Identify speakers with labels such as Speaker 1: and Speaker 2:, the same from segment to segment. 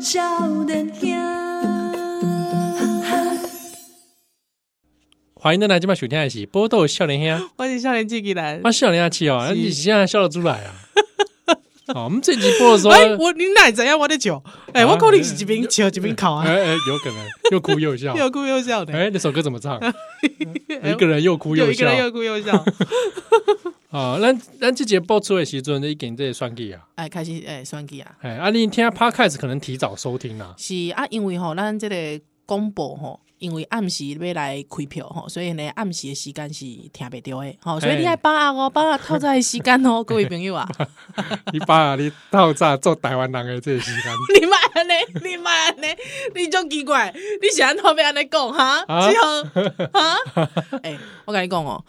Speaker 1: 少年兄。
Speaker 2: 欢迎大家今晚收听的是《波豆笑脸 兄》，
Speaker 3: 我是少年机器人。
Speaker 2: 我笑脸阿七哦，你现在笑得出 来啊？哦好，我们这集播的时候，
Speaker 3: 哎，我你哪知影我在笑？哎，
Speaker 2: 啊
Speaker 3: 我可能是一边笑一边哭啊，
Speaker 2: 哎哎，有可能又哭又笑。
Speaker 3: 又哭又笑的。
Speaker 2: 哎，那首歌怎么唱？
Speaker 3: 哎
Speaker 2: 一个人又哭
Speaker 3: 又一个
Speaker 2: 笑
Speaker 3: 人。又哭又笑。
Speaker 2: 哦，咱咱这节播出的时阵，你肯定算计啊。
Speaker 3: 哎，开始哎，算计啊，
Speaker 2: 哎，啊，你听 podcast 可能提早收听 啦。
Speaker 3: 是啊，因为吼，咱这个广播吼，因为暗时要来开票吼，所以呢，暗时的时间是听不到的。
Speaker 2: 哎
Speaker 3: 吼，所以你爱把握哦，把握透早的时间哦，各位 朋友啊，
Speaker 2: 你把你到炸做台湾人的这个时 间，
Speaker 3: 你莫安尼，你莫安尼，你种奇怪，你是安怎要安尼讲哈？
Speaker 2: 啊
Speaker 3: 只好哈？哎，我跟你讲哦，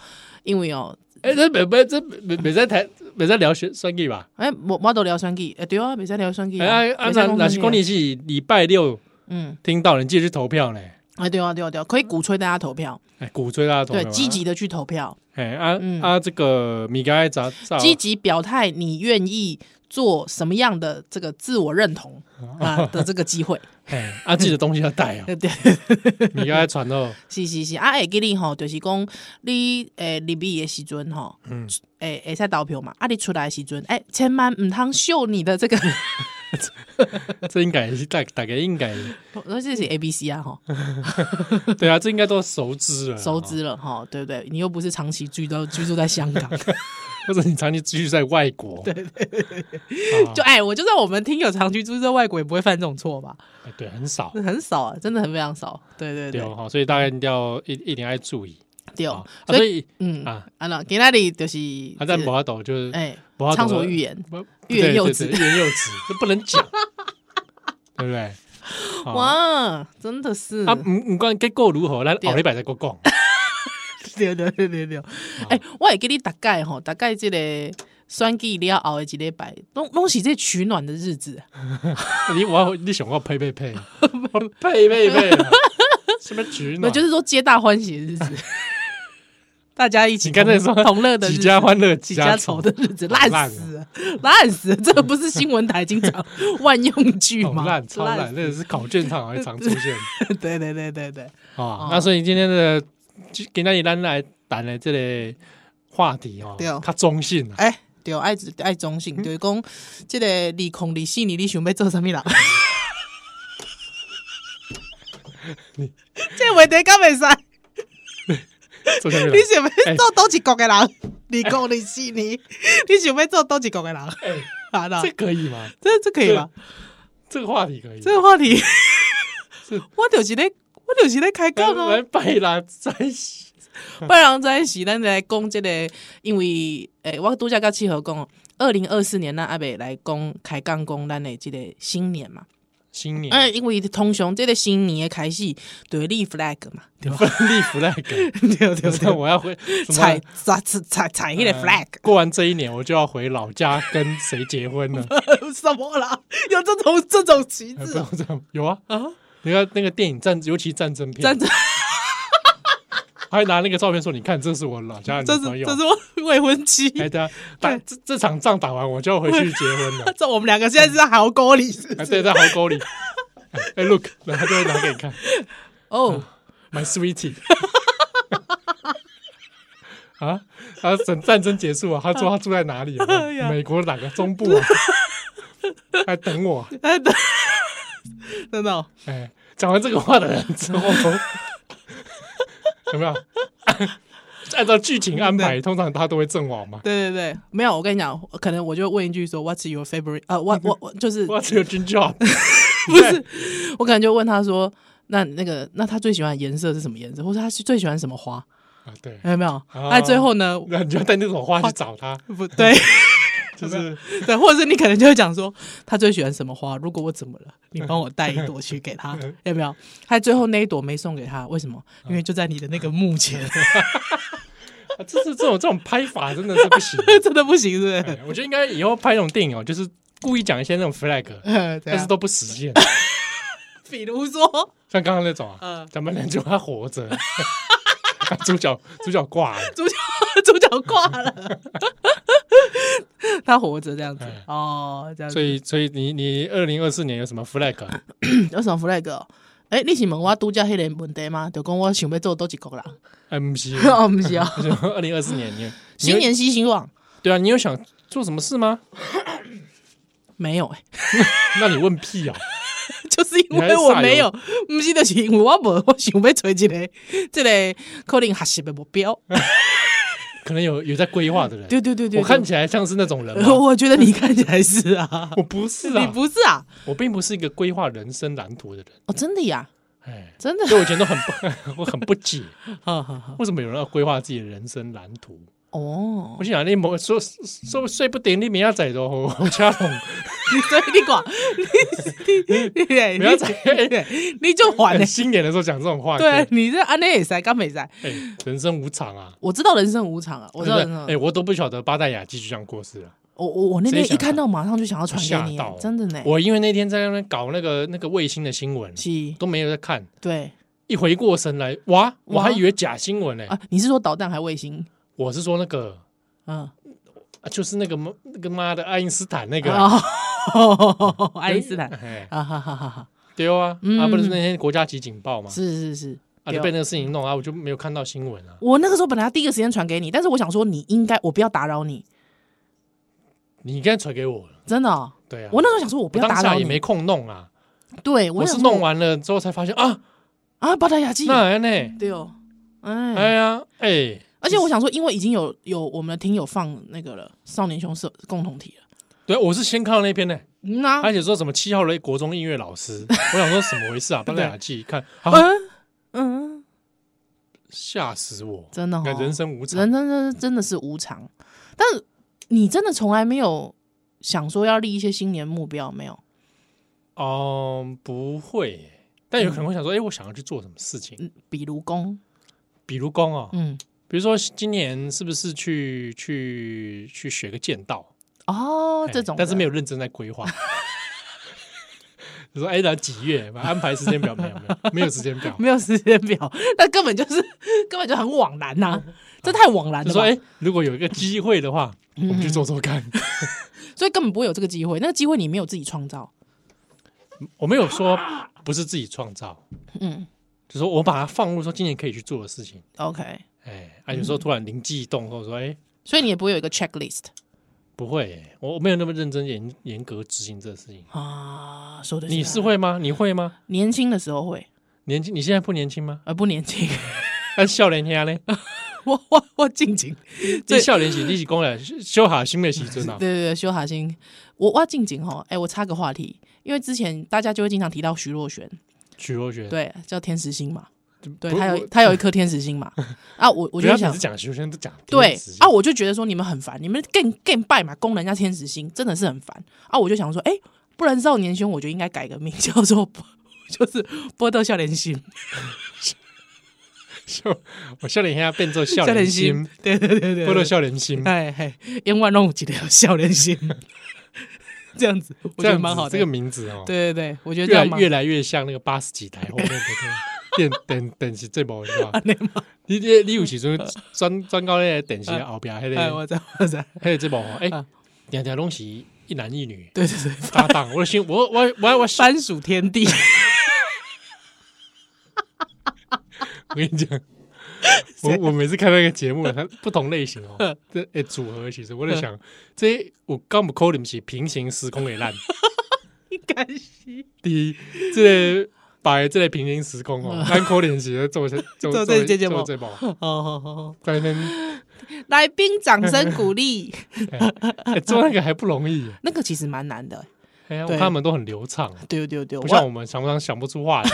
Speaker 3: 因为哦，
Speaker 2: 哎，这没没这没没在台没在聊选算计吧？
Speaker 3: 哎，我我都聊选举，哎，对啊，袂使聊选举啊，
Speaker 2: 哎，啊，
Speaker 3: 袂使
Speaker 2: 那
Speaker 3: 讲
Speaker 2: 那
Speaker 3: 选
Speaker 2: 是
Speaker 3: 举
Speaker 2: 光你是礼拜六
Speaker 3: 嗯，
Speaker 2: 听到，你记得去投票嘞。
Speaker 3: 哎，对啊，对啊，对啊，可以鼓吹大家投票，
Speaker 2: 哎，鼓吹大家投票
Speaker 3: 对
Speaker 2: 啊，，
Speaker 3: 积极的去投票，
Speaker 2: 哎啊、
Speaker 3: 嗯
Speaker 2: 啊，这个米该咋咋
Speaker 3: 积极表态，你愿意做什么样的这个自我认同啊的这个机 会，
Speaker 2: 哎啊，自己的东西要带 哦，
Speaker 3: 对对，
Speaker 2: 米该传哦，
Speaker 3: 是是是，啊，会记你吼，就是讲你诶入米的时阵吼，
Speaker 2: 嗯，
Speaker 3: 诶会使投票嘛，啊，你出来的时阵，哎，千万唔通秀你的 这个，
Speaker 2: 这应该是大大概应该
Speaker 3: 我这是 A B C 啊吼，
Speaker 2: 嗯对啊，这应该都熟知了，
Speaker 3: 熟知了吼，对不对？你又不是长期居住居住在香港。
Speaker 2: 哦，或者你长期居住在外国，啊 对对
Speaker 3: 就哎、我就算我们听友长居住在外国，也不会犯这种错吧？
Speaker 2: 哎对很少。
Speaker 3: 很少啊，真的很非常少。对对
Speaker 2: 对
Speaker 3: 对，
Speaker 2: 哦，好所以大家一定要一一定要注意
Speaker 3: 对，哦
Speaker 2: 啊，啊
Speaker 3: 所
Speaker 2: 所
Speaker 3: 以
Speaker 2: 以
Speaker 3: 嗯
Speaker 2: 啊，
Speaker 3: 啊，那给那里就是
Speaker 2: 他在
Speaker 3: 这
Speaker 2: 摩阿斗就是
Speaker 3: 哎
Speaker 2: 摩阿斗
Speaker 3: 畅
Speaker 2: 的
Speaker 3: 所欲言，
Speaker 2: 不
Speaker 3: 欲言
Speaker 2: 对
Speaker 3: 又
Speaker 2: 对
Speaker 3: 止
Speaker 2: 对欲言又止， 这不能 讲，对不对？好
Speaker 3: 哇，真的是
Speaker 2: 啊，唔唔管结果如何，咱
Speaker 3: 对
Speaker 2: 后礼拜再讲讲。
Speaker 3: 对对对对对，
Speaker 2: 啊
Speaker 3: 哎，我也给你大概吼，大概这个选举了后的一礼拜，拢拢是这取暖的日子，
Speaker 2: 你我你想我呸呸呸，我 呸呸呸啦，什么局
Speaker 3: 那
Speaker 2: 呢？
Speaker 3: 就是说皆大欢喜的 日子，大家一起
Speaker 2: 你刚才
Speaker 3: 同
Speaker 2: 说
Speaker 3: 同乐的日
Speaker 2: 几
Speaker 3: 子
Speaker 2: 家欢乐
Speaker 3: 几
Speaker 2: 几
Speaker 3: 家
Speaker 2: 家愁
Speaker 3: 愁的日子，
Speaker 2: 好
Speaker 3: 烂
Speaker 2: 烂
Speaker 3: 死了，烂死了！这个不是新闻台经 常万用句
Speaker 2: 好
Speaker 3: 吗？
Speaker 2: 哦烂超烂，
Speaker 3: 死！
Speaker 2: 那个是考卷上还常出 现
Speaker 3: 对对对对对，
Speaker 2: 啊。那所以今天的就今天咱来谈的这类话题哦
Speaker 3: 对哦，
Speaker 2: 它中性啊，
Speaker 3: 哎，对，爱爱中
Speaker 2: 嗯
Speaker 3: 性，就是讲这个利空利息，你你想要做 什么啦？这话题敢
Speaker 2: 哎
Speaker 3: 袂使？
Speaker 2: 做下面
Speaker 3: 你
Speaker 2: 来
Speaker 3: 想要做多一国的人？
Speaker 2: 哎
Speaker 3: 利空利息，你 你想要做多一国的人？啊，那
Speaker 2: 哎这可以吗？
Speaker 3: 这这可以吧？
Speaker 2: 这个话题可以。
Speaker 3: 这个话题
Speaker 2: 这，
Speaker 3: 我就是咧，我就是咧开讲啊
Speaker 2: 来。拜啦，在
Speaker 3: 拜人在是咱来讲即、个，因为诶、我拄则甲七和讲，哦二零二四年咱阿伯来讲开讲讲咱的即个新年嘛。
Speaker 2: 新年
Speaker 3: 哎、因为通常即个新年的开始就是立 flag 嘛，对吧？
Speaker 2: 立 flag，
Speaker 3: 对对
Speaker 2: 我
Speaker 3: 对，
Speaker 2: 我要回
Speaker 3: 踩踩踩踩迄个
Speaker 2: 呃
Speaker 3: flag，、
Speaker 2: 过完这一年，我就要回老家跟谁结婚了。
Speaker 3: 什么啦？有这种这种旗
Speaker 2: 不
Speaker 3: 帜
Speaker 2: 知
Speaker 3: 哦
Speaker 2: 道这样有啊，
Speaker 3: 啊？
Speaker 2: 你看那个电影战，尤其战争片，
Speaker 3: 战争
Speaker 2: 还拿那个照片说：“你看，这是我老家的
Speaker 3: 这
Speaker 2: 女
Speaker 3: 是
Speaker 2: 朋友。
Speaker 3: 这”是我未婚妻，。
Speaker 2: 哎，对啊，打这这场仗打完，我就要回去结婚了
Speaker 3: 这我们两个现在是在壕沟里，是不
Speaker 2: 哎，
Speaker 3: 是？
Speaker 2: 对，在壕沟里。哎，look，然后就会拿给你看
Speaker 3: 哦，
Speaker 2: ，my sweetie。啊，啊，整战争结束啊，他说他住在哪里啊
Speaker 3: 哎？呀
Speaker 2: 美国哪个中部啊？ 还等我啊。
Speaker 3: 哎对真的哦、
Speaker 2: 哎，讲完这个话的人之后，有没有？ 按照剧情安排，通常他都会阵亡嘛。
Speaker 3: 对对对，没有，我跟你讲，可能我就问一句说 What's your favorite？呃， 我我我就是
Speaker 2: 我只有军教，啊
Speaker 3: 不是，我可能就问他说，那那个那他最喜欢的颜色是什么颜色，或者他是最喜欢什么花？
Speaker 2: 啊，对，
Speaker 3: 有没有？哎，最后 呢，
Speaker 2: 那你就带那种花去找他，啊
Speaker 3: 不对
Speaker 2: 就是
Speaker 3: 对，或者是你可能就会讲说他最喜欢什么花？如果我怎么了，你帮我带一朵去给 他，有没有？他最后那一朵没送给他，为什么？
Speaker 2: 嗯
Speaker 3: 因为就在你的那个墓前，
Speaker 2: 啊这是这种这种拍法真的是不行。
Speaker 3: 真的不行，是不
Speaker 2: 哎
Speaker 3: 是？
Speaker 2: 我觉得应该以后拍那种电影哦，就是故意讲一些那种 flag，
Speaker 3: 呃这
Speaker 2: 但是
Speaker 3: 样
Speaker 2: 都不实现。
Speaker 3: 比如说，
Speaker 2: 像刚刚那种啊
Speaker 3: 嗯，咱
Speaker 2: 咱们男主他活着， 主角主角挂了，
Speaker 3: 主角主角挂了， 他活着这样子
Speaker 2: 哎
Speaker 3: 哦，这样子。
Speaker 2: 所以，所以你你二零二四年有什么 flag？啊
Speaker 3: 有什么 flag？哦诶、你是问我拄则迄个问题吗？就讲我想要做多一个人，
Speaker 2: 哎，不是，
Speaker 3: 哦，毋是哦，
Speaker 2: 二零二四年你有你有
Speaker 3: 新年新希望
Speaker 2: 对啊，你有想做什么事吗？
Speaker 3: 没有诶、
Speaker 2: 那你问屁啊！
Speaker 3: 就是因为我没有，毋是就是因为我无，我想要找一个， 即个可能学习的目标。
Speaker 2: 嗯可能有有在规划的人，
Speaker 3: 对对对对，
Speaker 2: 我看起来像是那种人
Speaker 3: 对
Speaker 2: 吗？
Speaker 3: 我觉得你看起来是啊，
Speaker 2: 我不是
Speaker 3: 你
Speaker 2: 啊，
Speaker 3: 不是啊？
Speaker 2: 我并不是一个规划人生蓝图的人。
Speaker 3: 哦，真的呀，
Speaker 2: 哎，
Speaker 3: 真的
Speaker 2: 所，以我以前都很不， 我很不解，
Speaker 3: 好好好，
Speaker 2: 为什么有人要规划自己的人生蓝图？
Speaker 3: 哦
Speaker 2: 我，想你某说说睡不顶，你明仔载都我家桶，
Speaker 3: 所以 你讲， 你你
Speaker 2: 不要再
Speaker 3: 你你就还
Speaker 2: 很
Speaker 3: 嘞，
Speaker 2: 新年的时候讲这种话，
Speaker 3: 欸对，你这安尼也塞，干没塞。
Speaker 2: 哎，人生无常啊。
Speaker 3: 我知道人生无常啊，我知道
Speaker 2: 对
Speaker 3: 人
Speaker 2: 不
Speaker 3: 生无
Speaker 2: 对
Speaker 3: 常。
Speaker 2: 哎，我都不晓得八代雅继续这样过世了。
Speaker 3: 我我我那天
Speaker 2: 谁
Speaker 3: 一
Speaker 2: 想
Speaker 3: 看到，马上就想要传
Speaker 2: 吓
Speaker 3: 给你啊
Speaker 2: 到，
Speaker 3: 真的呢。
Speaker 2: 我因为那天在那边搞那个那个卫星的新闻，
Speaker 3: 是，
Speaker 2: 都没有在看，
Speaker 3: 对
Speaker 2: 一回过神来，哇，我
Speaker 3: 哇
Speaker 2: 还以为假新闻呢。
Speaker 3: 啊，你是说导弹还卫星？
Speaker 2: 我是说那个，
Speaker 3: 嗯，
Speaker 2: 啊就是那个妈那个妈的爱因斯坦那个啊，
Speaker 3: 哦，爱因斯坦
Speaker 2: 哎
Speaker 3: 啊，哈哈哈哈，
Speaker 2: 对啊，
Speaker 3: 嗯
Speaker 2: 啊，不是那天国家级警报嘛，
Speaker 3: 是是是。
Speaker 2: 啊，就被那个事情弄啊，我就没有看到新闻啊。
Speaker 3: 我那个时候本来要第一个时间传给你，但是我想说你应该，我不要打扰你，
Speaker 2: 你应该传给我了，
Speaker 3: 真的哦、
Speaker 2: 对啊，
Speaker 3: 我那时候想说我不
Speaker 2: 我
Speaker 3: 要
Speaker 2: 当
Speaker 3: 打
Speaker 2: 下
Speaker 3: 扰
Speaker 2: 也
Speaker 3: 你，
Speaker 2: 没空弄啊，
Speaker 3: 对
Speaker 2: 我
Speaker 3: 想
Speaker 2: 是
Speaker 3: 说
Speaker 2: 弄完了之后才发现啊，
Speaker 3: 啊，巴达雅记，
Speaker 2: 那呢，
Speaker 3: 对哦，哎，
Speaker 2: 哎呀，哎，
Speaker 3: 而且我想说，因为已经有有我们的听友放那个了，少年兄社共同体了，
Speaker 2: 对，我是先看到那篇呢，
Speaker 3: 嗯啊，
Speaker 2: 而且说什么七号的国中音乐老师，我想说什么回事 啊？巴莱雅记一看，啊，
Speaker 3: 嗯嗯，
Speaker 2: 吓死我！
Speaker 3: 真的、哦，
Speaker 2: 看人生无常
Speaker 3: 人，真的真的是无常，但是你真的从来没有想说要立一些新年目标，没有？
Speaker 2: 嗯，不会耶，但有可能会想说，哎，我想要去做什么事情，
Speaker 3: 嗯，比如工，
Speaker 2: 比如公哦，
Speaker 3: 嗯，
Speaker 2: 比如说今年是不是去去去学个剑道？
Speaker 3: 哦
Speaker 2: 哎，
Speaker 3: 这种，
Speaker 2: 但是没
Speaker 3: 有，
Speaker 2: 有认真在规划。 你说哎，那几月安排时间表没有？没有，没有时间 表。
Speaker 3: 没有时间表，那根本就是根本就很枉然呐、啊这太枉然
Speaker 2: 就
Speaker 3: 了
Speaker 2: 说
Speaker 3: 吧？
Speaker 2: 哎，如果有一个机会的话，我们去做做看。
Speaker 3: 嗯所以根本不会有这个机会，那个机会你没有自己创造，
Speaker 2: 我没有说不是自己创造，
Speaker 3: 嗯
Speaker 2: 就说我把它放入说今年可以去做的事情。
Speaker 3: ，OK，
Speaker 2: 哎，啊，有
Speaker 3: 嗯
Speaker 2: 时候突然灵机一动，或者说哎，
Speaker 3: 所以你也不会有一个 checklist
Speaker 2: 不会耶，我我没有那么认真严严格执行这个事情。
Speaker 3: 啊，说的
Speaker 2: 你是会吗？你会吗？
Speaker 3: 年轻的时候会，
Speaker 2: 年轻？你现在不年轻吗？啊
Speaker 3: 而呃不年轻，
Speaker 2: 但笑脸兄呢？
Speaker 3: 我我我静静，
Speaker 2: 你
Speaker 3: 对
Speaker 2: 笑脸是你是讲了修好心的时阵啊
Speaker 3: 对？对对，修哈星，我我要近景哈，哎、我插个话题，因为之前大家就会经常提到徐若瑄，
Speaker 2: 许若瑄，
Speaker 3: 对，叫天使星嘛，对，
Speaker 2: 不
Speaker 3: 她
Speaker 2: 我
Speaker 3: 有她有一颗天使 星嘛，啊，我我
Speaker 2: 我
Speaker 3: 就
Speaker 2: 每
Speaker 3: 想
Speaker 2: 次，讲许若瑄都讲
Speaker 3: 对
Speaker 2: 天使
Speaker 3: 啊，我就觉得说你们很烦，你们更更拜嘛，攻人家天使星真的是很烦啊，我就想说，哎、不然少年兄我就应该改个名叫做 就是波豆笑脸星，
Speaker 2: 笑我笑脸兄变 做笑
Speaker 3: 笑
Speaker 2: 脸
Speaker 3: 脸
Speaker 2: 心
Speaker 3: 星，，对对对对
Speaker 2: 或者
Speaker 3: 对，
Speaker 2: 笑脸心，
Speaker 3: 哎嘿，因为弄几条笑脸星， 这样子我
Speaker 2: 这
Speaker 3: 觉得
Speaker 2: 样
Speaker 3: 蛮好
Speaker 2: 子
Speaker 3: 的，
Speaker 2: 这个名字哦，
Speaker 3: 对对对，我觉得这
Speaker 2: 越
Speaker 3: 样
Speaker 2: 来
Speaker 3: 蛮
Speaker 2: 越来越像那个八十几台后面的 那个电电电视这部是吧？
Speaker 3: 那嘛
Speaker 2: 你你你有时 阵转转到那个电视的后边，迄
Speaker 3: 哎，
Speaker 2: 个
Speaker 3: 我知道我知道，
Speaker 2: 迄个这部哦，哎
Speaker 3: 啊，
Speaker 2: 两条东西一男一女
Speaker 3: 对对对，
Speaker 2: 搭档，我的心 我我我我
Speaker 3: 番薯天 地，
Speaker 2: 我跟你 讲，我我每次看那个节目，啊它不同类型
Speaker 3: 嗯
Speaker 2: 哦，这诶组合其实我在想，这我刚不扣你们是平行时空的烂。
Speaker 3: 应该是
Speaker 2: 第一，这个摆这个平行时空哦，咱扣你是在做这做
Speaker 3: 嗯做这节目
Speaker 2: 做这部，
Speaker 3: 哦哦哦，
Speaker 2: 在那边
Speaker 3: 来宾掌声鼓励。
Speaker 2: 哎做那个还不容易耶。 啊
Speaker 3: 那个其实蛮难的，
Speaker 2: 哎呀，我
Speaker 3: 对
Speaker 2: 看他们都很流畅，
Speaker 3: 对对对，
Speaker 2: 不像
Speaker 3: 我
Speaker 2: 我们常常想不出话题。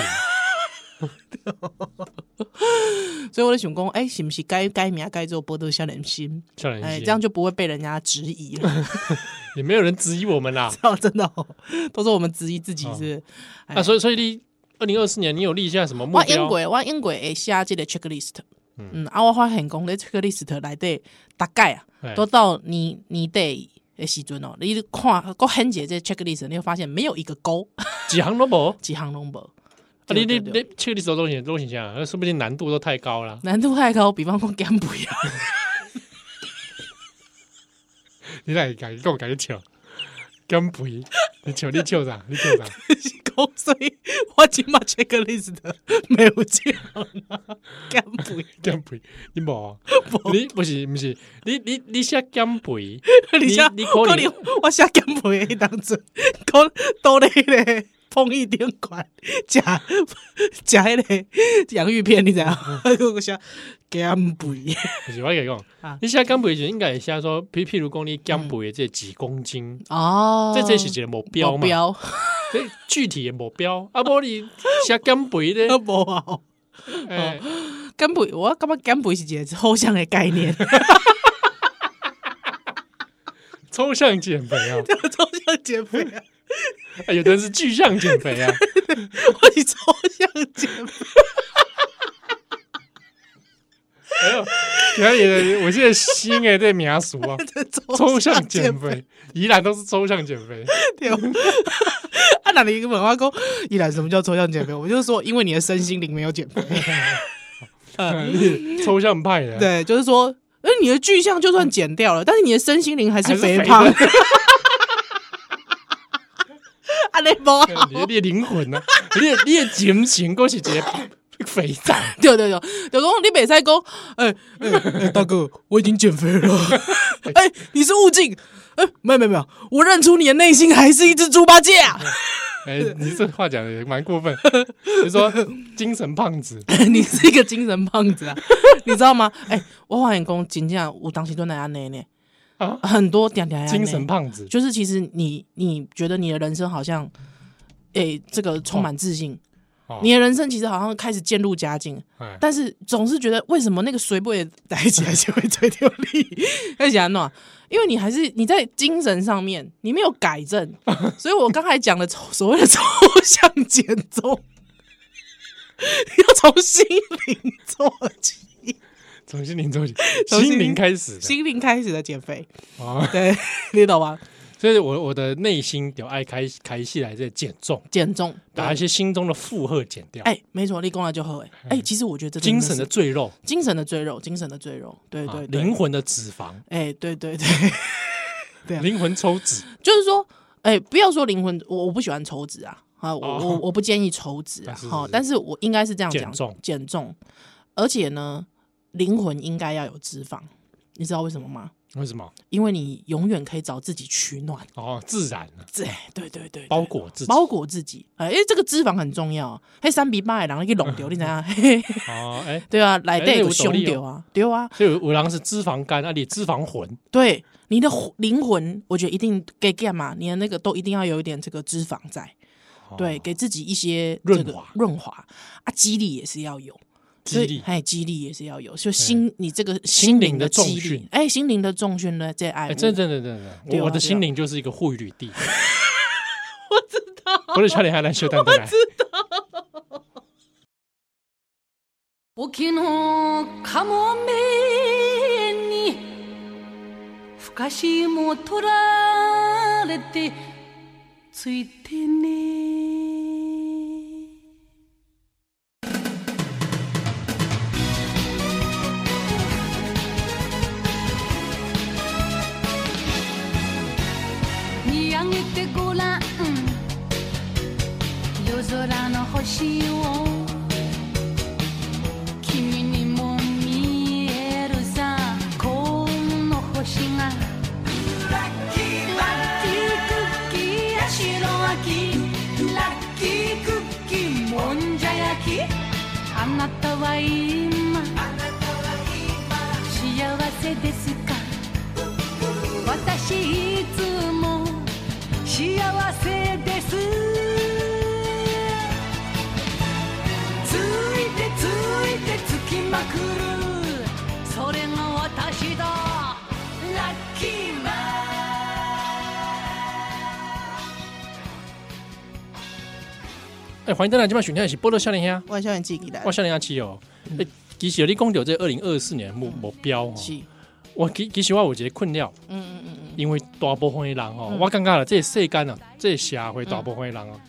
Speaker 3: 所以我的想讲，哎，是不是该该名该做波多笑脸心？
Speaker 2: 笑脸
Speaker 3: 哎，
Speaker 2: 心
Speaker 3: 这样就不会被人家质疑了。
Speaker 2: 也没有人质疑我们啦。
Speaker 3: 哦，真的哦，都说我们质疑自己是。哎
Speaker 2: 啊，所以所以你二零二四年你有立下什么目
Speaker 3: 我英
Speaker 2: 标？
Speaker 3: 国，我英国会写这个 checklist，嗯，啊，我发现讲咧 checklist 内底大概啊，
Speaker 2: 哎
Speaker 3: 都到年年底的时阵哦，你看我很解这 checklist，你会发现没有一个勾，
Speaker 2: 几行都没。
Speaker 3: 几行拢无。
Speaker 2: 啊，你你
Speaker 3: 对对
Speaker 2: 你去的时候都行都行啊，那说不定难度都太高了。
Speaker 3: 难度太高，比方说减肥啊，
Speaker 2: 你来家己讲家己笑， 减肥，你笑你笑啥？你笑啥？
Speaker 3: 是讲所以我即嘛 checklist 的 没有这样啊，减肥，
Speaker 2: 减肥，你 无？啊你不是不是？你你你写减肥，
Speaker 3: 你写
Speaker 2: 你可能
Speaker 3: 我写减肥的当 阵，讲倒咧咧。碰一点管，食 食迄个洋芋片，你知影？
Speaker 2: 嗯
Speaker 3: 我写减肥，
Speaker 2: 不是我甲你
Speaker 3: 啊
Speaker 2: 讲，你写减肥时候应该会写说，譬譬如讲你减肥的这几公斤，
Speaker 3: 哦
Speaker 2: 这这是一个嗯哦目标嘛？
Speaker 3: 目 标，
Speaker 2: 这具体的目标，啊，无你写减肥咧
Speaker 3: 啊，无啊哦，
Speaker 2: 哎，
Speaker 3: 减肥，我感觉减肥是一个抽象的概念，
Speaker 2: 抽象减肥啊，
Speaker 3: 这个抽象减肥啊，
Speaker 2: 啊有的人是具象减肥啊，
Speaker 3: 我是抽象减肥，
Speaker 2: 还有其他也，我现在新的这名俗 啊，
Speaker 3: 这个
Speaker 2: 抽象减
Speaker 3: 肥
Speaker 2: 肥，依然都是抽象减 肥，
Speaker 3: 对。啊，哪里问我讲，依然什么叫抽象减肥？我就说，因为你的身心灵没有减 嗯肥。
Speaker 2: 你抽象派的啊，
Speaker 3: 对，就是说，哎，你的具象就算减掉了，但是你的身心灵还是
Speaker 2: 嗯还是
Speaker 3: 肥
Speaker 2: 肥
Speaker 3: 胖。
Speaker 2: 的
Speaker 3: 啊，你无
Speaker 2: 哎 你的你的灵魂啊，你的你的感情都是一个 肥仔，
Speaker 3: 对对对，就讲你袂使讲，哎、哎哎大哥，我已经减肥 了。哎、你是悟净，哎、没有没有没有，我认出你的内心还是一只猪八戒、啊。
Speaker 2: 哎，你这话讲的也蛮过分，你说精神胖子，
Speaker 3: 你是一个精神胖子啊， 你知道吗？哎、我发现讲真正有当时都那样呢呢，
Speaker 2: 啊
Speaker 3: 很多点点
Speaker 2: 精神胖子，
Speaker 3: 就是其实你你觉得你的人生好像，哎、这个充满自信，
Speaker 2: 哦
Speaker 3: 你的人生其实好像开始渐入佳境，
Speaker 2: 哎，
Speaker 3: 但是总是觉得为什么那个水不也在一起还是会吹掉力，而且安暖，因为你还是你在精神上面你没有改 正，所以我刚才讲的抽所谓的抽象减重， 要从心灵做起，
Speaker 2: 从心灵做 起，
Speaker 3: 从心
Speaker 2: 心
Speaker 3: 灵
Speaker 2: 灵开始的
Speaker 3: 心灵开始的减肥，
Speaker 2: 啊。
Speaker 3: 对， 你懂吗？
Speaker 2: 所以我我的内心有爱开开戏来这减重，
Speaker 3: 减重，
Speaker 2: 把一些心中的负荷减掉，
Speaker 3: 哎、没错，立功了就喝、哎，哎、其实我觉得这真
Speaker 2: 嗯精
Speaker 3: 是
Speaker 2: 神的赘肉，
Speaker 3: 精神的赘肉，精神的赘肉，对
Speaker 2: 啊
Speaker 3: 对对，
Speaker 2: 灵魂的脂肪，
Speaker 3: 哎、对对对，对
Speaker 2: 灵魂抽脂，
Speaker 3: 就是说，哎、不要说灵魂，我我不喜欢抽脂啊，啊，我、
Speaker 2: 哦
Speaker 3: 我我不建议抽脂啊，
Speaker 2: 是是
Speaker 3: 好，
Speaker 2: 是
Speaker 3: 但是我应该是这样讲，
Speaker 2: 减重
Speaker 3: 减重，而且呢，灵魂应该要有脂肪，你知道为什么吗？
Speaker 2: 为什么？
Speaker 3: 因为你永远可以找自己取暖，
Speaker 2: 哦，自然啊
Speaker 3: 对对对对，
Speaker 2: 包裹自己，
Speaker 3: 包裹自己，哎、因为这个脂肪很重要啊，嘿，三比八的人后去 弄掉，你怎样？嘿嘿
Speaker 2: 哦，哎，
Speaker 3: 对啊，来
Speaker 2: 哎
Speaker 3: 对有
Speaker 2: 有道
Speaker 3: 胸
Speaker 2: 理哦
Speaker 3: 掉啊，对啊，
Speaker 2: 所以五郎是脂肪肝，啊，你脂肪魂，
Speaker 3: 对你的魂灵魂，我觉得一定给干嘛，你的那个都一定要有一点这个脂肪在，
Speaker 2: 哦
Speaker 3: 对，给自己一些
Speaker 2: 润
Speaker 3: 这个
Speaker 2: 滑
Speaker 3: 润滑啊，激励也是要有，
Speaker 2: 激励
Speaker 3: 哎，激励也是要有，就心你这个
Speaker 2: 心
Speaker 3: 灵
Speaker 2: 灵的重
Speaker 3: 激励
Speaker 2: 训，
Speaker 3: 哎，心灵的重训呢，这爱
Speaker 2: 哎，
Speaker 3: 物，
Speaker 2: 真真真真真，
Speaker 3: 对啊啊
Speaker 2: 我我
Speaker 3: 对啊
Speaker 2: 的心灵就是一个汇率地，我知道，不是小李还来修蛋蛋来，啊
Speaker 1: 沖のカモメにふかしも取られてついてね見上げてごらん夜空の星を君にも見えるさ幸運の星がラッキーラッキークッキーや白あきラッキークッキーもんじゃ焼きあなたは今幸せですか私いつも幸せですついてついてつきまくるそれが私だラッキーマ
Speaker 2: 哎，欢迎蛋蛋，今晚选天是波多笑脸呀，
Speaker 3: 万象人自己来
Speaker 2: 哇，，笑脸呀，七友，哎，其实你讲到这二零二四年的目目标哦。
Speaker 3: 是，
Speaker 2: 我其其实我有一个困扰，
Speaker 3: 嗯嗯嗯嗯，
Speaker 2: 因为大部分的人吼，
Speaker 3: 嗯
Speaker 2: 我感觉啦，这个世间啊，这个社会大部分的人哦，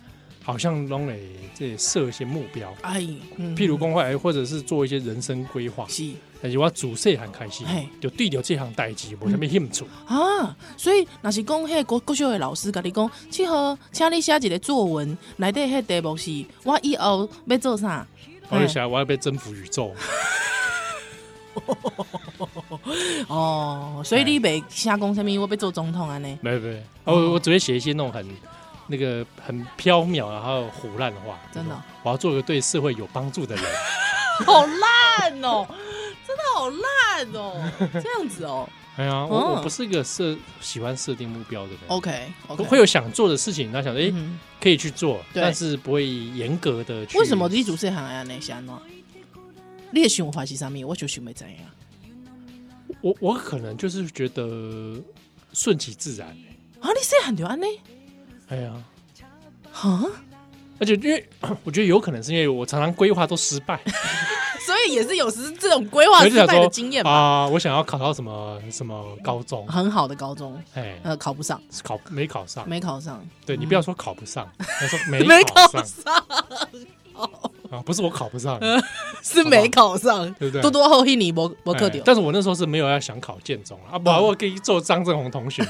Speaker 2: 好像拢会这设一些目标，
Speaker 3: 哎，嗯
Speaker 2: 譬如讲话，或者是做一些人生规划。
Speaker 3: 是
Speaker 2: 但是我自细汉开始
Speaker 3: 嘿，
Speaker 2: 就对着这项代志无啥物兴趣。
Speaker 3: 啊，所以若是讲迄个国国小的老师甲你讲，七号，请你写一个作文，内底迄题目是，我以后要做啥？
Speaker 2: 我就想我要被征服宇 宙，
Speaker 3: 哦，所
Speaker 2: 哎
Speaker 3: 以你袂写讲啥物，我要做总统安尼。
Speaker 2: 没有没有，
Speaker 3: 哦
Speaker 2: 我我只会写一些那种很那个很缥缈然后胡乱的话。
Speaker 3: 真的哦
Speaker 2: 我要做个对社会有帮助的 人。
Speaker 3: 好烂哦、真的好烂哦、 这样子哦、
Speaker 2: 哎呀，我
Speaker 3: 嗯
Speaker 2: 我不是一个设喜欢设定目标的人。
Speaker 3: OK OK，
Speaker 2: 会有想做的事情，然后想着哎、诶
Speaker 3: 嗯
Speaker 2: 可以去做，
Speaker 3: 对
Speaker 2: 但是不会严格的去。
Speaker 3: 为什么你主持人安尼是安怎？你的想法是啥物？我就想袂知啊影。
Speaker 2: 我我可能就是觉得顺其自然。
Speaker 3: 啊，你细汉就安尼？
Speaker 2: 哎呀，
Speaker 3: 哈，
Speaker 2: 而且因为我觉得有可能是因为我常常规划都失 败，
Speaker 3: 所以也是有时这种规划
Speaker 2: 我
Speaker 3: 失
Speaker 2: 就想
Speaker 3: 败的
Speaker 2: 说
Speaker 3: 经验吧。
Speaker 2: 啊、我想要考到什么什么高中，
Speaker 3: 很好的高中，
Speaker 2: 哎、
Speaker 3: 呃，考不上，
Speaker 2: 考没考上？
Speaker 3: 没嗯考上，
Speaker 2: 对你不要说考不上，他说没
Speaker 3: 没
Speaker 2: 考上
Speaker 3: 上，
Speaker 2: 啊，不是我考不上，
Speaker 3: 嗯是没考上，
Speaker 2: 对不对
Speaker 3: 多多后一年没没课
Speaker 2: 哎
Speaker 3: 掉。
Speaker 2: 但是我那时候是没有要想考建中
Speaker 3: 嗯
Speaker 2: 啊，啊不，我可以做张正宏同 学。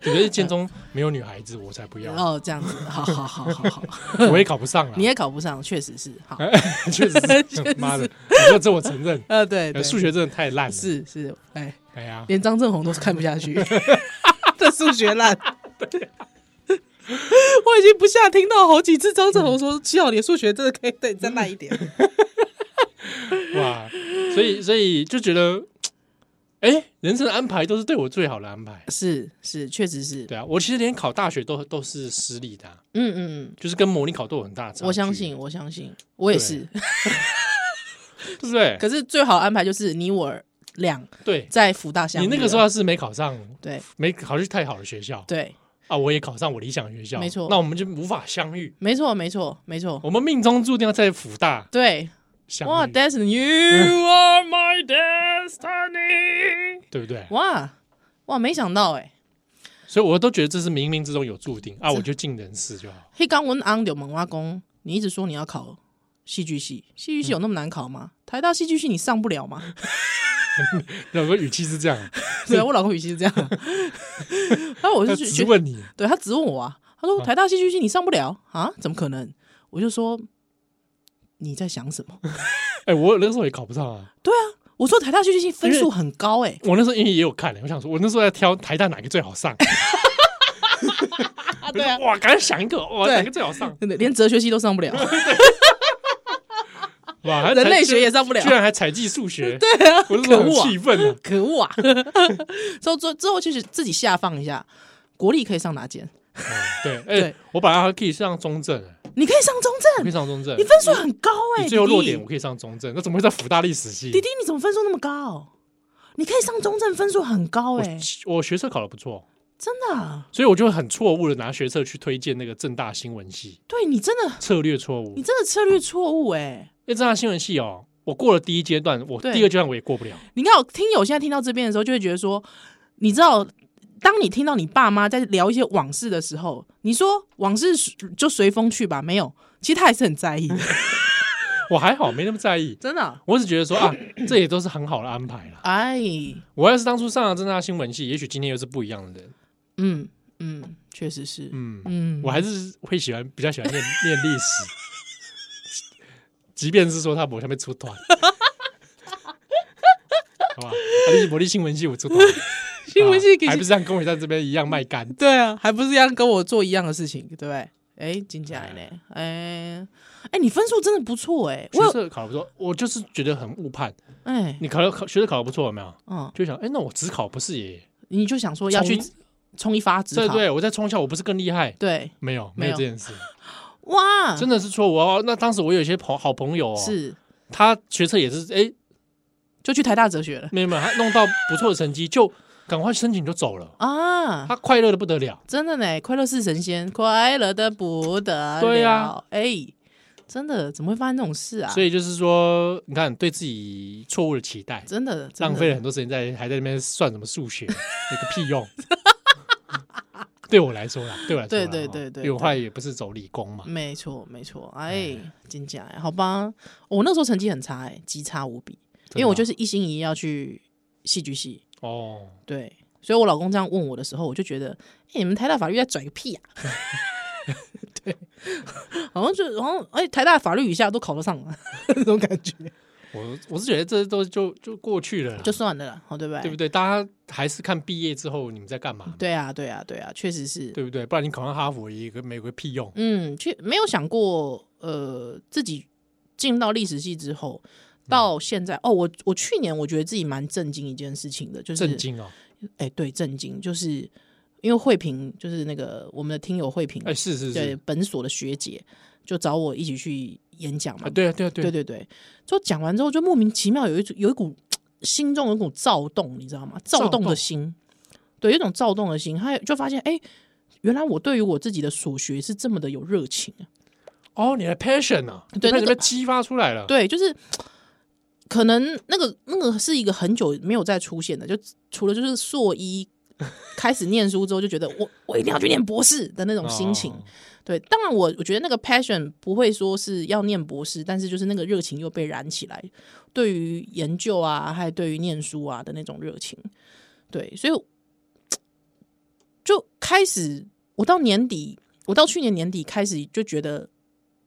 Speaker 2: 对，可是建中没有女孩子，我才不要，
Speaker 3: 哦，这样子，好好好好好，
Speaker 2: 我也考不上了。
Speaker 3: 你也考不上，确实是，好，
Speaker 2: 哎确实
Speaker 3: 哦 确
Speaker 2: 是
Speaker 3: 实，
Speaker 2: 妈的，你说这我承认，
Speaker 3: 呃， 对，对
Speaker 2: 呃数学真的太烂了。，
Speaker 3: 是是，哎，
Speaker 2: 哎呀，
Speaker 3: 连张正宏都是看不下去， 这数学烂。 我已经不下听到好几次张正宏说：“
Speaker 2: 嗯
Speaker 3: 七号，你的数学真的可以对你再烂一点。
Speaker 2: 哇，所以所以就觉得，哎，人生的安排都是对我最好的安排”。
Speaker 3: 是是，确实是，
Speaker 2: 对啊，我其实连考大学都都是失利的啊，
Speaker 3: 嗯嗯
Speaker 2: 就是跟模拟考都有很大的差距
Speaker 3: 嗯，我相，信，我相信，我也
Speaker 2: 对
Speaker 3: 是。
Speaker 2: 对不对？
Speaker 3: 可是最好安排就是你我俩
Speaker 2: 对，
Speaker 3: 在福大相遇
Speaker 2: 你
Speaker 3: 了。
Speaker 2: 那个时候要是没考上，
Speaker 3: 对
Speaker 2: 没考去太好的学校，
Speaker 3: 对，
Speaker 2: 啊，我也考上我理想学校，
Speaker 3: 没错
Speaker 2: 那我们就无法相遇，
Speaker 3: 没错没错没错，
Speaker 2: 我们命中注定要在辅大
Speaker 3: 对，
Speaker 2: 相
Speaker 3: 哇
Speaker 2: 遇，
Speaker 3: ，Destiny，You are my destiny，
Speaker 2: 对不对？
Speaker 3: 哇哇，没想到哎、
Speaker 2: 所以我都觉得这是冥冥之中有注定啊，我就尽人事就好。
Speaker 3: 黑刚文昂柳蒙阿公，你一直说你要考戏剧系，戏剧系有那么难考吗？台大戏剧系你上不了 吗？
Speaker 2: 那我语气是这样，
Speaker 3: 对啊，我老公语气是 这样，然后我
Speaker 2: 他
Speaker 3: 就去
Speaker 2: 直问你，
Speaker 3: 对他只问我啊，他说台大戏剧系你上不了啊？怎么可能？我就说你在想什么？
Speaker 2: 哎，我那时候也考不上啊，
Speaker 3: 我说台大戏剧系分数很高哎、
Speaker 2: 我那时候因为也有看，我想说，我那时候在挑台大哪个最好上，
Speaker 3: 啊对啊，
Speaker 2: 哇，赶紧想一个，哇，
Speaker 3: 对
Speaker 2: 哪个最好上？
Speaker 3: 真的连哲学系都上 不了，
Speaker 2: 哇，还
Speaker 3: 人类学也上不
Speaker 2: 居
Speaker 3: 了
Speaker 2: 居，然还采集数 学，对啊，我那时
Speaker 3: 可
Speaker 2: 候很
Speaker 3: 恶啊
Speaker 2: 气愤啊，
Speaker 3: 可恶啊！ 之后之后之后就是自己下放一下，国立可以上哪间？
Speaker 2: 嗯对，哎
Speaker 3: 对，
Speaker 2: 我本来还可以上中正，
Speaker 3: 你可以上中
Speaker 2: 我可
Speaker 3: 正
Speaker 2: 以，上中正
Speaker 3: 你，分数很高哎、
Speaker 2: 你
Speaker 3: 弟
Speaker 2: 最后落点
Speaker 3: 弟
Speaker 2: 我可以上中正，那怎么会在福大历史系？
Speaker 3: 弟弟你怎么分数那么高？你可以上中正，分数很高哎、
Speaker 2: 我我学测考的不错，
Speaker 3: 真的啊，
Speaker 2: 所以我就很错误的拿学测去推荐那个正大新闻系，
Speaker 3: 对你真的
Speaker 2: 策略错误。
Speaker 3: 你
Speaker 2: 因
Speaker 3: 真的策略错误哎！
Speaker 2: 为正大新闻系哦，我过了第一阶段，我第
Speaker 3: 对
Speaker 2: 二阶段我也过不了。
Speaker 3: 你看我听友现在听到这边的时候，就会觉得说，你知道。当你听到你爸妈在聊一些往事的时候，你说往事就随风去吧，没有，其实他还是很 在意的，
Speaker 2: 我还好，没那么在意。
Speaker 3: 真的。
Speaker 2: 我只觉得说啊，这也都是很好的安排啦。
Speaker 3: 哎，
Speaker 2: 我要是当初上了正大新闻系，也许今天又是不一样的人。
Speaker 3: 嗯嗯，确实是，
Speaker 2: 嗯，
Speaker 3: 嗯，
Speaker 2: 我还是会喜欢，比较喜欢念 念历史，即便是说他某下面出 团，好吧？啊你某地新闻系我出团，
Speaker 3: 新闻系
Speaker 2: 啊
Speaker 3: 给
Speaker 2: 还不是像公伟在这边一样卖干？
Speaker 3: 对啊，还不是一样跟我做一样的事情，对不对？哎，金佳
Speaker 2: 哎
Speaker 3: 呢？哎哎，你分数真的不错哎，我
Speaker 2: 学
Speaker 3: 有
Speaker 2: 测考得不错，我就是觉得很误判。
Speaker 3: 哎，
Speaker 2: 你考得考学测考得不错，有没有？
Speaker 3: 嗯，
Speaker 2: 就想，哎、那我只考不是也？
Speaker 3: 你就想说要去
Speaker 2: 冲
Speaker 3: 冲一发只
Speaker 2: 对
Speaker 3: 考，
Speaker 2: 对，我在冲校，我不是更厉害？
Speaker 3: 对
Speaker 2: 没有，没
Speaker 3: 没有
Speaker 2: 有这件事，
Speaker 3: 哇，
Speaker 2: 真的是错误哦。那当时我有一些朋好朋友哦，
Speaker 3: 是
Speaker 2: 他学测也是，哎、
Speaker 3: 就去台大哲学了
Speaker 2: 没有没有，他弄到不错的成绩，就赶快申请就走了，
Speaker 3: 啊。
Speaker 2: 他快乐的不得了。
Speaker 3: 真的呢，快乐是神仙，快乐的不得了。
Speaker 2: 对啊，
Speaker 3: 哎，真的怎么会发生这种事啊？
Speaker 2: 所以就是说，你看对自己错误的期待，
Speaker 3: 真的真的
Speaker 2: 浪费了很多时间在还在那边算什么数学，有个屁用。对我来说啦，对我来说啦，
Speaker 3: 对对
Speaker 2: 哦
Speaker 3: 对对
Speaker 2: 因
Speaker 3: 嗯
Speaker 2: 为我后来也不是走理工嘛，
Speaker 3: 没错，没错，哎，真假哎，好吧，我那时候成绩很差哎，极差无比，
Speaker 2: 真的
Speaker 3: 因为我
Speaker 2: 哦
Speaker 3: 就是一心一意要去戏剧系，
Speaker 2: 哦，
Speaker 3: 对，所以我老公这样问我的时候，我就觉得，哎、你们台大法律在拽个屁啊！ 对，好像就好像哎、台大法律以下都考得上了那种感觉，
Speaker 2: 我我是觉得这都就就过去了啦，
Speaker 3: 就算了啦，好哦对不对？
Speaker 2: 对不对？大家还是看毕业之后你们在干嘛，
Speaker 3: 对啊，对啊，对啊，确实是，
Speaker 2: 对不对？不然你考上哈佛也个没有个屁用，
Speaker 3: 嗯，去没有想过，呃，自己进到历史系之后。到现在哦，我我去年我觉得自己蛮震惊一件事情的，就是
Speaker 2: 震惊哦！
Speaker 3: 哎、对，震惊，就是因为慧萍，就是那个我们的听友慧萍，
Speaker 2: 哎，是是
Speaker 3: 对
Speaker 2: 是，
Speaker 3: 本所的学姐，就找我一起去演讲嘛。
Speaker 2: 啊，对啊对啊对
Speaker 3: 对
Speaker 2: 啊，
Speaker 3: 对对，就讲完之后，就莫名其妙有一种有一股心中有一股躁动，你知道吗？躁
Speaker 2: 躁
Speaker 3: 动的
Speaker 2: 动
Speaker 3: 心，对，有一种躁动的心，还有就发现哎、原来我对于我自己的所学是这么的有热情啊！
Speaker 2: 哦，你的 passion 啊，
Speaker 3: 对
Speaker 2: 你的 passion
Speaker 3: 那个
Speaker 2: 被激发出来了，
Speaker 3: 对，就是可能那个那个是一个很久没有再出现的，就除了就是硕一开始念书之后，就觉得我我一定要去念博士的那种心情。
Speaker 2: 哦
Speaker 3: 对，当然我我觉得那个 passion 不会说是要念博士，但是就是那个热情又被燃起来，对于研究啊，还有对于念书啊的那种热情。对，所以我就开始，我到年底，我到去年年底开始就觉得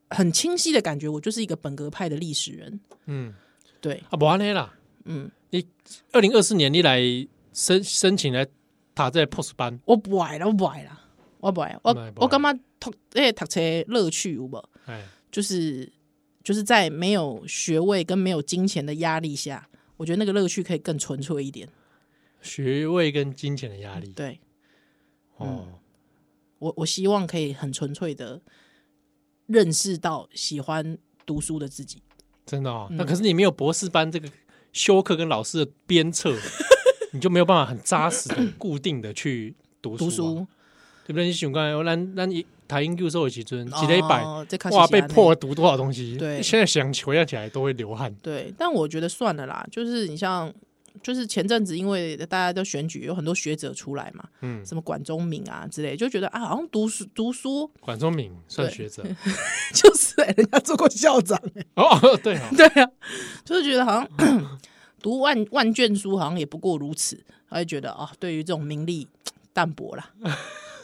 Speaker 3: 很清晰的感觉，我就是一个本格派的历史人。
Speaker 2: 嗯，
Speaker 3: 对，
Speaker 2: 啊，不安内啦，
Speaker 3: 嗯，
Speaker 2: 你二零二四年你来申申请来塔在 POS 班，
Speaker 3: 我不爱了，我不爱了，我不爱，我
Speaker 2: 不爱不爱
Speaker 3: 我干嘛读诶读册乐趣有无？
Speaker 2: 哎，
Speaker 3: 就是就是在没有学位跟没有金钱的压力下，我觉得那个乐趣可以更纯粹一点。
Speaker 2: 学位跟金钱的压力，
Speaker 3: 嗯对
Speaker 2: 哦，
Speaker 3: 我，我希望可以很纯粹的认识到喜欢读书的自己。
Speaker 2: 真的
Speaker 3: 嗯
Speaker 2: 哦，那可是你没有博士班这个修课跟老师的鞭策， 你就没有办法很扎实 的、固定的去读
Speaker 3: 读
Speaker 2: 书啊，
Speaker 3: 书
Speaker 2: 对不对？你想看，哦咱咱一台英 Q 授的时阵，几礼拜
Speaker 3: 哦这
Speaker 2: 哇，被迫
Speaker 3: 了。
Speaker 2: 读多少东西，
Speaker 3: 对
Speaker 2: 现在想回想起来都会流汗，
Speaker 3: 对，但我觉得算了啦。就是你像，就是前阵子因为大家都选举，有很多学者出来嘛，
Speaker 2: 嗯，
Speaker 3: 什么管中敏啊之类，就觉得啊，好像读书读书
Speaker 2: 管中敏算
Speaker 3: 对
Speaker 2: 学者
Speaker 3: 就是、 人家做过校长、
Speaker 2: 哦， 对哦，
Speaker 3: 对啊，就是觉得好像 读万万卷书好像也不过如此，他就觉得啊，对于这种名利淡 薄啦，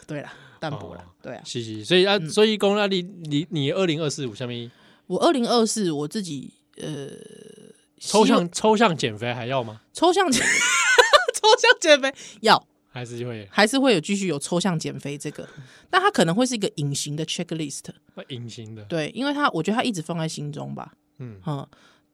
Speaker 3: 对啦，淡薄啦
Speaker 2: 哦，
Speaker 3: 对啊。
Speaker 2: 是是，所以啊，所以讲啊，你你你二零二四有下面
Speaker 3: 我二零二四我自己呃，
Speaker 2: 抽
Speaker 3: 希望
Speaker 2: 象抽象减肥还要吗？
Speaker 3: 抽象 抽象减肥要
Speaker 2: 还是会
Speaker 3: 还是会有继续有抽象减肥这个，但它可能会是一个隐形的 checklist，
Speaker 2: 会隐形的？
Speaker 3: 对，因为它我觉得它一直放在心中吧，
Speaker 2: 嗯
Speaker 3: 嗯。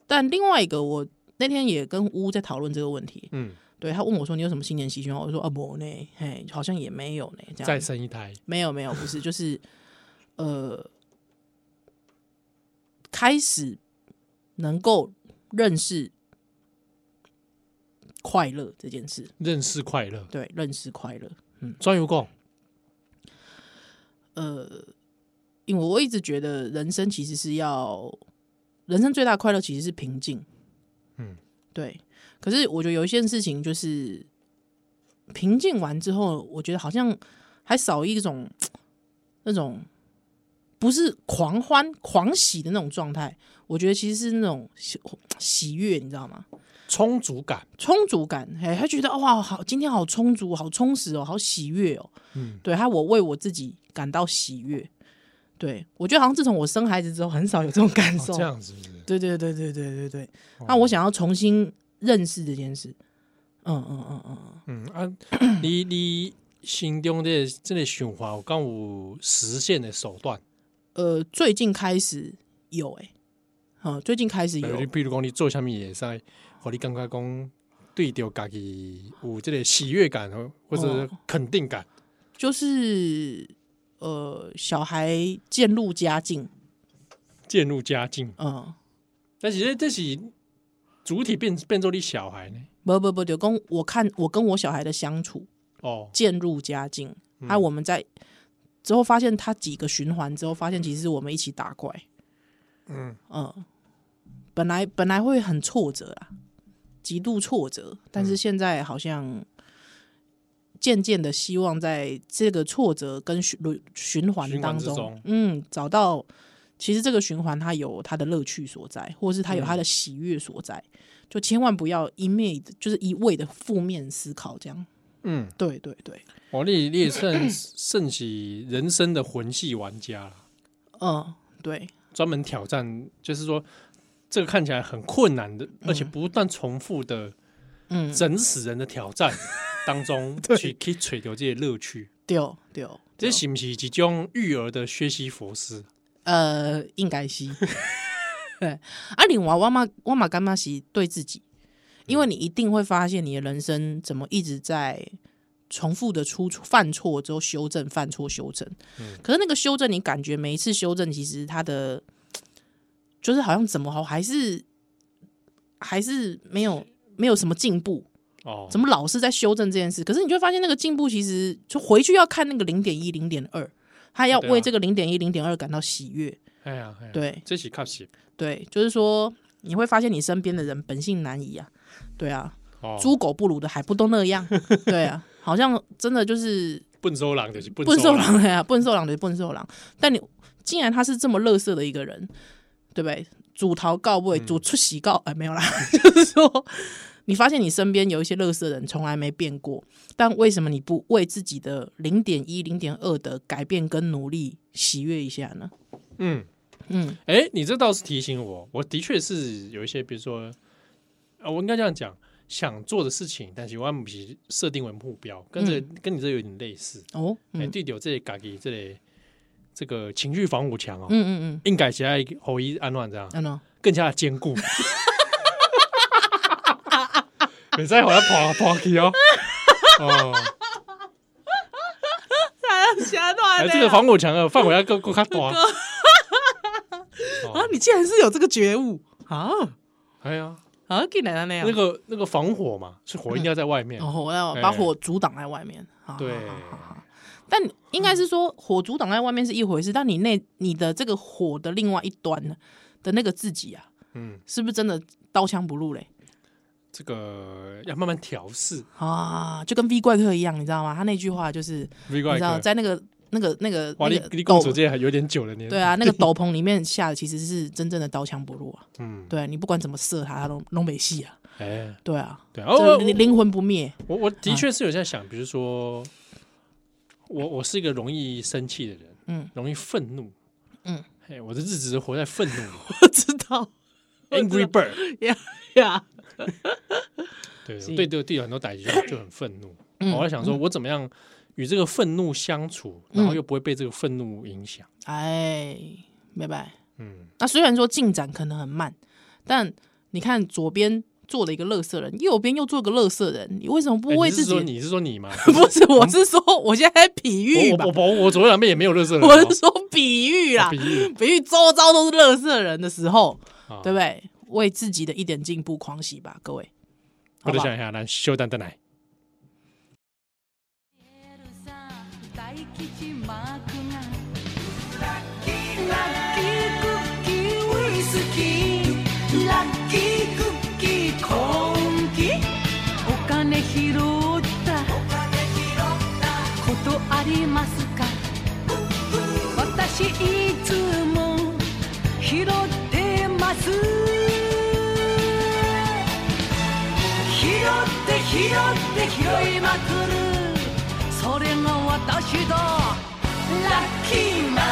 Speaker 3: 但另外一个我那天也跟乌在讨论这个问题，
Speaker 2: 嗯，
Speaker 3: 对他问我说：“你有什么新年喜讯吗？”我说：“啊，没呢，嘿，好像也没有呢。”这
Speaker 2: 再
Speaker 3: 样
Speaker 2: 生一胎，
Speaker 3: 没有没有，不是，就是呃，开始能够认识快乐这件事，
Speaker 2: 认识快乐，
Speaker 3: 对，认识快乐，
Speaker 2: 专有共
Speaker 3: 呃，因为我一直觉得人生其实是要，人生最大的快乐其实是平静。
Speaker 2: 嗯，
Speaker 3: 对。可是我觉得有一件事情就是，平静完之后，我觉得好像还少一种那种不是狂欢、狂喜的那种状态。我觉得其实是那种喜喜悦，你知道吗？
Speaker 2: 充足感，
Speaker 3: 充足感，哎，他觉得哇，好，今天好充足，好充实哦，好喜悦哦。
Speaker 2: 嗯，
Speaker 3: 对，他我为我自己感到喜悦。对我觉得好像自从我生孩子之后，很少有这种感
Speaker 2: 哦
Speaker 3: 受。
Speaker 2: 这样子是不是？
Speaker 3: 对对对对对对对。那
Speaker 2: 哦
Speaker 3: 啊我想要重新认识这件事。嗯嗯嗯嗯
Speaker 2: 嗯
Speaker 3: 嗯，
Speaker 2: 啊， 你你心中的这个循环，我刚有实现的手段，
Speaker 3: 呃，最近开始有哎、欸，嗯，最近开始有
Speaker 2: 比，如比如讲你做下面也在，和你感觉讲对着家己有这个喜悦感哦或者
Speaker 3: 哦
Speaker 2: 肯定感，
Speaker 3: 就是呃，小孩渐入佳境。
Speaker 2: 渐入佳境。
Speaker 3: 嗯，
Speaker 2: 但是这这是主体变变做你小孩呢？
Speaker 3: 不不不，就跟我看我跟我小孩的相处，
Speaker 2: 哦，
Speaker 3: 渐入佳境。
Speaker 2: 嗯
Speaker 3: 还、有我们在之后发现他几个循环之后，发现其实是我们一起打怪。
Speaker 2: 嗯
Speaker 3: 嗯，本来本来会很挫折啊，极度挫折，但是现在好像渐渐的希望在这个挫折跟循轮循环
Speaker 2: 循环
Speaker 3: 当
Speaker 2: 之
Speaker 3: 中，
Speaker 2: 中
Speaker 3: 嗯，找到其实这个循环它有它的乐趣所在，或是它
Speaker 2: 嗯
Speaker 3: 有它的喜悦所在，就千万不要一昧地就是一味的负面思考，这样。
Speaker 2: 嗯，
Speaker 3: 对对对，
Speaker 2: 我你你也算算是人生的魂系玩家啦
Speaker 3: 嗯，对，
Speaker 2: 专门挑战，就是说这个看起来很困难的，而且不断重复的
Speaker 3: 嗯，
Speaker 2: 整死人的挑 战当中，去去追求这些乐趣。
Speaker 3: 丢丢，
Speaker 2: 这是不是一种育儿的学习佛师？
Speaker 3: 呃，应该是。 对，啊，另外我嘛我嘛干嘛是对自己，因为你一定会发现你的人生怎么一直在重复的出错犯错之后修正犯错修正，
Speaker 2: 嗯
Speaker 3: 可是那个修正你感觉每一次修正其实它的就是好像怎么好还是还是没有没有什么进步，
Speaker 2: 哦，
Speaker 3: 怎么老是在修正这件事？可是你就会发现那个进步其实就回去要看那个零点一、零点二，他要
Speaker 2: 对啊
Speaker 3: 为这个零点一、零点二感到喜悦。
Speaker 2: 哎呀？哎呀，
Speaker 3: 对
Speaker 2: 这是确实
Speaker 3: 对，就是说你会发现你身边的人本性难移啊，对啊，
Speaker 2: 哦，
Speaker 3: 猪狗不如的还不都那样，对啊，好像真的就是
Speaker 2: 笨手狼就是笨
Speaker 3: 笨
Speaker 2: 手
Speaker 3: 兽狼哎了呀，笨兽狼对笨兽狼，但你竟然他是这么乐色的一个人，对不对？主逃告
Speaker 2: 嗯
Speaker 3: 位，主出席告，哎，没有啦， 就是说。你发现你身边有一些乐色人从来没变过，但为什么你不为自己的零点一、零点二的改变跟努力喜悦一下呢？
Speaker 2: 嗯，
Speaker 3: 嗯
Speaker 2: 哎，你这倒是提醒我，我的确是有一些，比如说，啊，我应该这样讲，想做的事情，但是我不是设定为目标，跟这跟你这有点类似。
Speaker 3: 哦，
Speaker 2: 哎，
Speaker 3: 嗯
Speaker 2: 对有这家己这里这个情绪防护墙哦，
Speaker 3: 嗯嗯
Speaker 2: 应该是要后一安暖这样
Speaker 3: 嗯，，安诺，
Speaker 2: 更加的坚 固。你再好像跑跑去哦， 哦，
Speaker 3: 啊瞎乱
Speaker 2: 哎，这个防火墙的范围要更更加大。
Speaker 3: 啊
Speaker 2: 哦，
Speaker 3: 你竟然是有这个觉悟啊！
Speaker 2: 哎呀，
Speaker 3: 啊，竟然那样
Speaker 2: 那个那个防火嘛，是火应该在外面，
Speaker 3: 哦，我要
Speaker 2: 哎
Speaker 3: 把火阻挡在外面。啊好
Speaker 2: 对
Speaker 3: 好好好好但应该是说火阻挡在外面是一回事，但你那你的这个火的另外一端呢的那个自己啊，
Speaker 2: 嗯，
Speaker 3: 是不是真的刀枪不入嘞？
Speaker 2: 这个要慢慢调试。
Speaker 3: 啊，就跟 V 怪客一样，你知道吗？他那句话就是，
Speaker 2: V
Speaker 3: 你
Speaker 2: 怪
Speaker 3: 知道，
Speaker 2: 客，
Speaker 3: 在那个那个那个
Speaker 2: 哇，
Speaker 3: 那
Speaker 2: 你
Speaker 3: 个
Speaker 2: 你公
Speaker 3: 斗
Speaker 2: 主这还有点久了，你
Speaker 3: 对，啊，那个斗篷里面下的其实是真正的刀枪不入 啊。
Speaker 2: 嗯，
Speaker 3: 对啊你不管怎么射他，他都都没戏啊。
Speaker 2: 哎，
Speaker 3: 对啊，
Speaker 2: 对，
Speaker 3: 这
Speaker 2: 哦，
Speaker 3: 你嗯灵魂不 灭。
Speaker 2: 我我的确是有在想，比如说，我我是一个容易生气的人，
Speaker 3: 嗯，
Speaker 2: 容易愤怒，
Speaker 3: 嗯，
Speaker 2: 嘿，我的日子都活在愤怒里
Speaker 3: 我知道
Speaker 2: ，Angry Bird，
Speaker 3: 呀呀，
Speaker 2: 对，
Speaker 3: 是嗯
Speaker 2: 我对对对，很多歹就就很愤怒，我在想说，我怎么样与这个愤怒相处，然
Speaker 3: 嗯
Speaker 2: 后又不会被这个愤怒影响，
Speaker 3: 哎，明白。
Speaker 2: 嗯，
Speaker 3: 那虽然说进展可能很慢，但你看左边坐了一个乐色人，右边又坐个乐色人，你为什么不
Speaker 2: 哎
Speaker 3: 为
Speaker 2: 你是
Speaker 3: 自己？
Speaker 2: 说你是说你吗？
Speaker 3: 不是，我是说，我现在在比喻吧
Speaker 2: 我，我我我左右两边也没有热色人哦，
Speaker 3: 我是说比喻啦
Speaker 2: 啊，比喻
Speaker 3: 比喻周遭都是乐色人的时候，
Speaker 2: 啊
Speaker 3: 对不对？为自己的一点进步狂喜吧，各位。
Speaker 2: 我
Speaker 3: 好
Speaker 2: 就
Speaker 3: 吧
Speaker 2: 想一下，咱休蛋蛋来。
Speaker 1: 大吉マークがラッキーラッキークッキーウイスキーラッキークッキーコーンキお金拾ったお金拾ったことありますか私いつも拾ってます拾って拾って拾いまくるそれが私だラッキーマ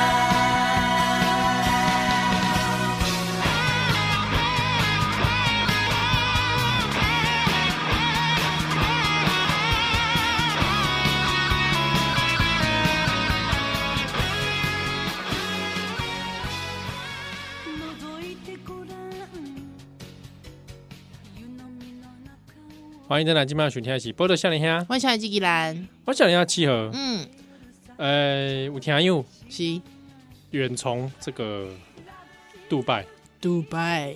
Speaker 1: ン覗いてごらん湯飲みの中を
Speaker 2: 欢迎再来今晚收听的是《波多少年兄》，
Speaker 3: 欢迎小野基吉兰，
Speaker 2: 我少年兄七和，
Speaker 3: 嗯，
Speaker 2: 呃，有听友
Speaker 3: 是
Speaker 2: 远从这个杜拜
Speaker 3: 杜拜，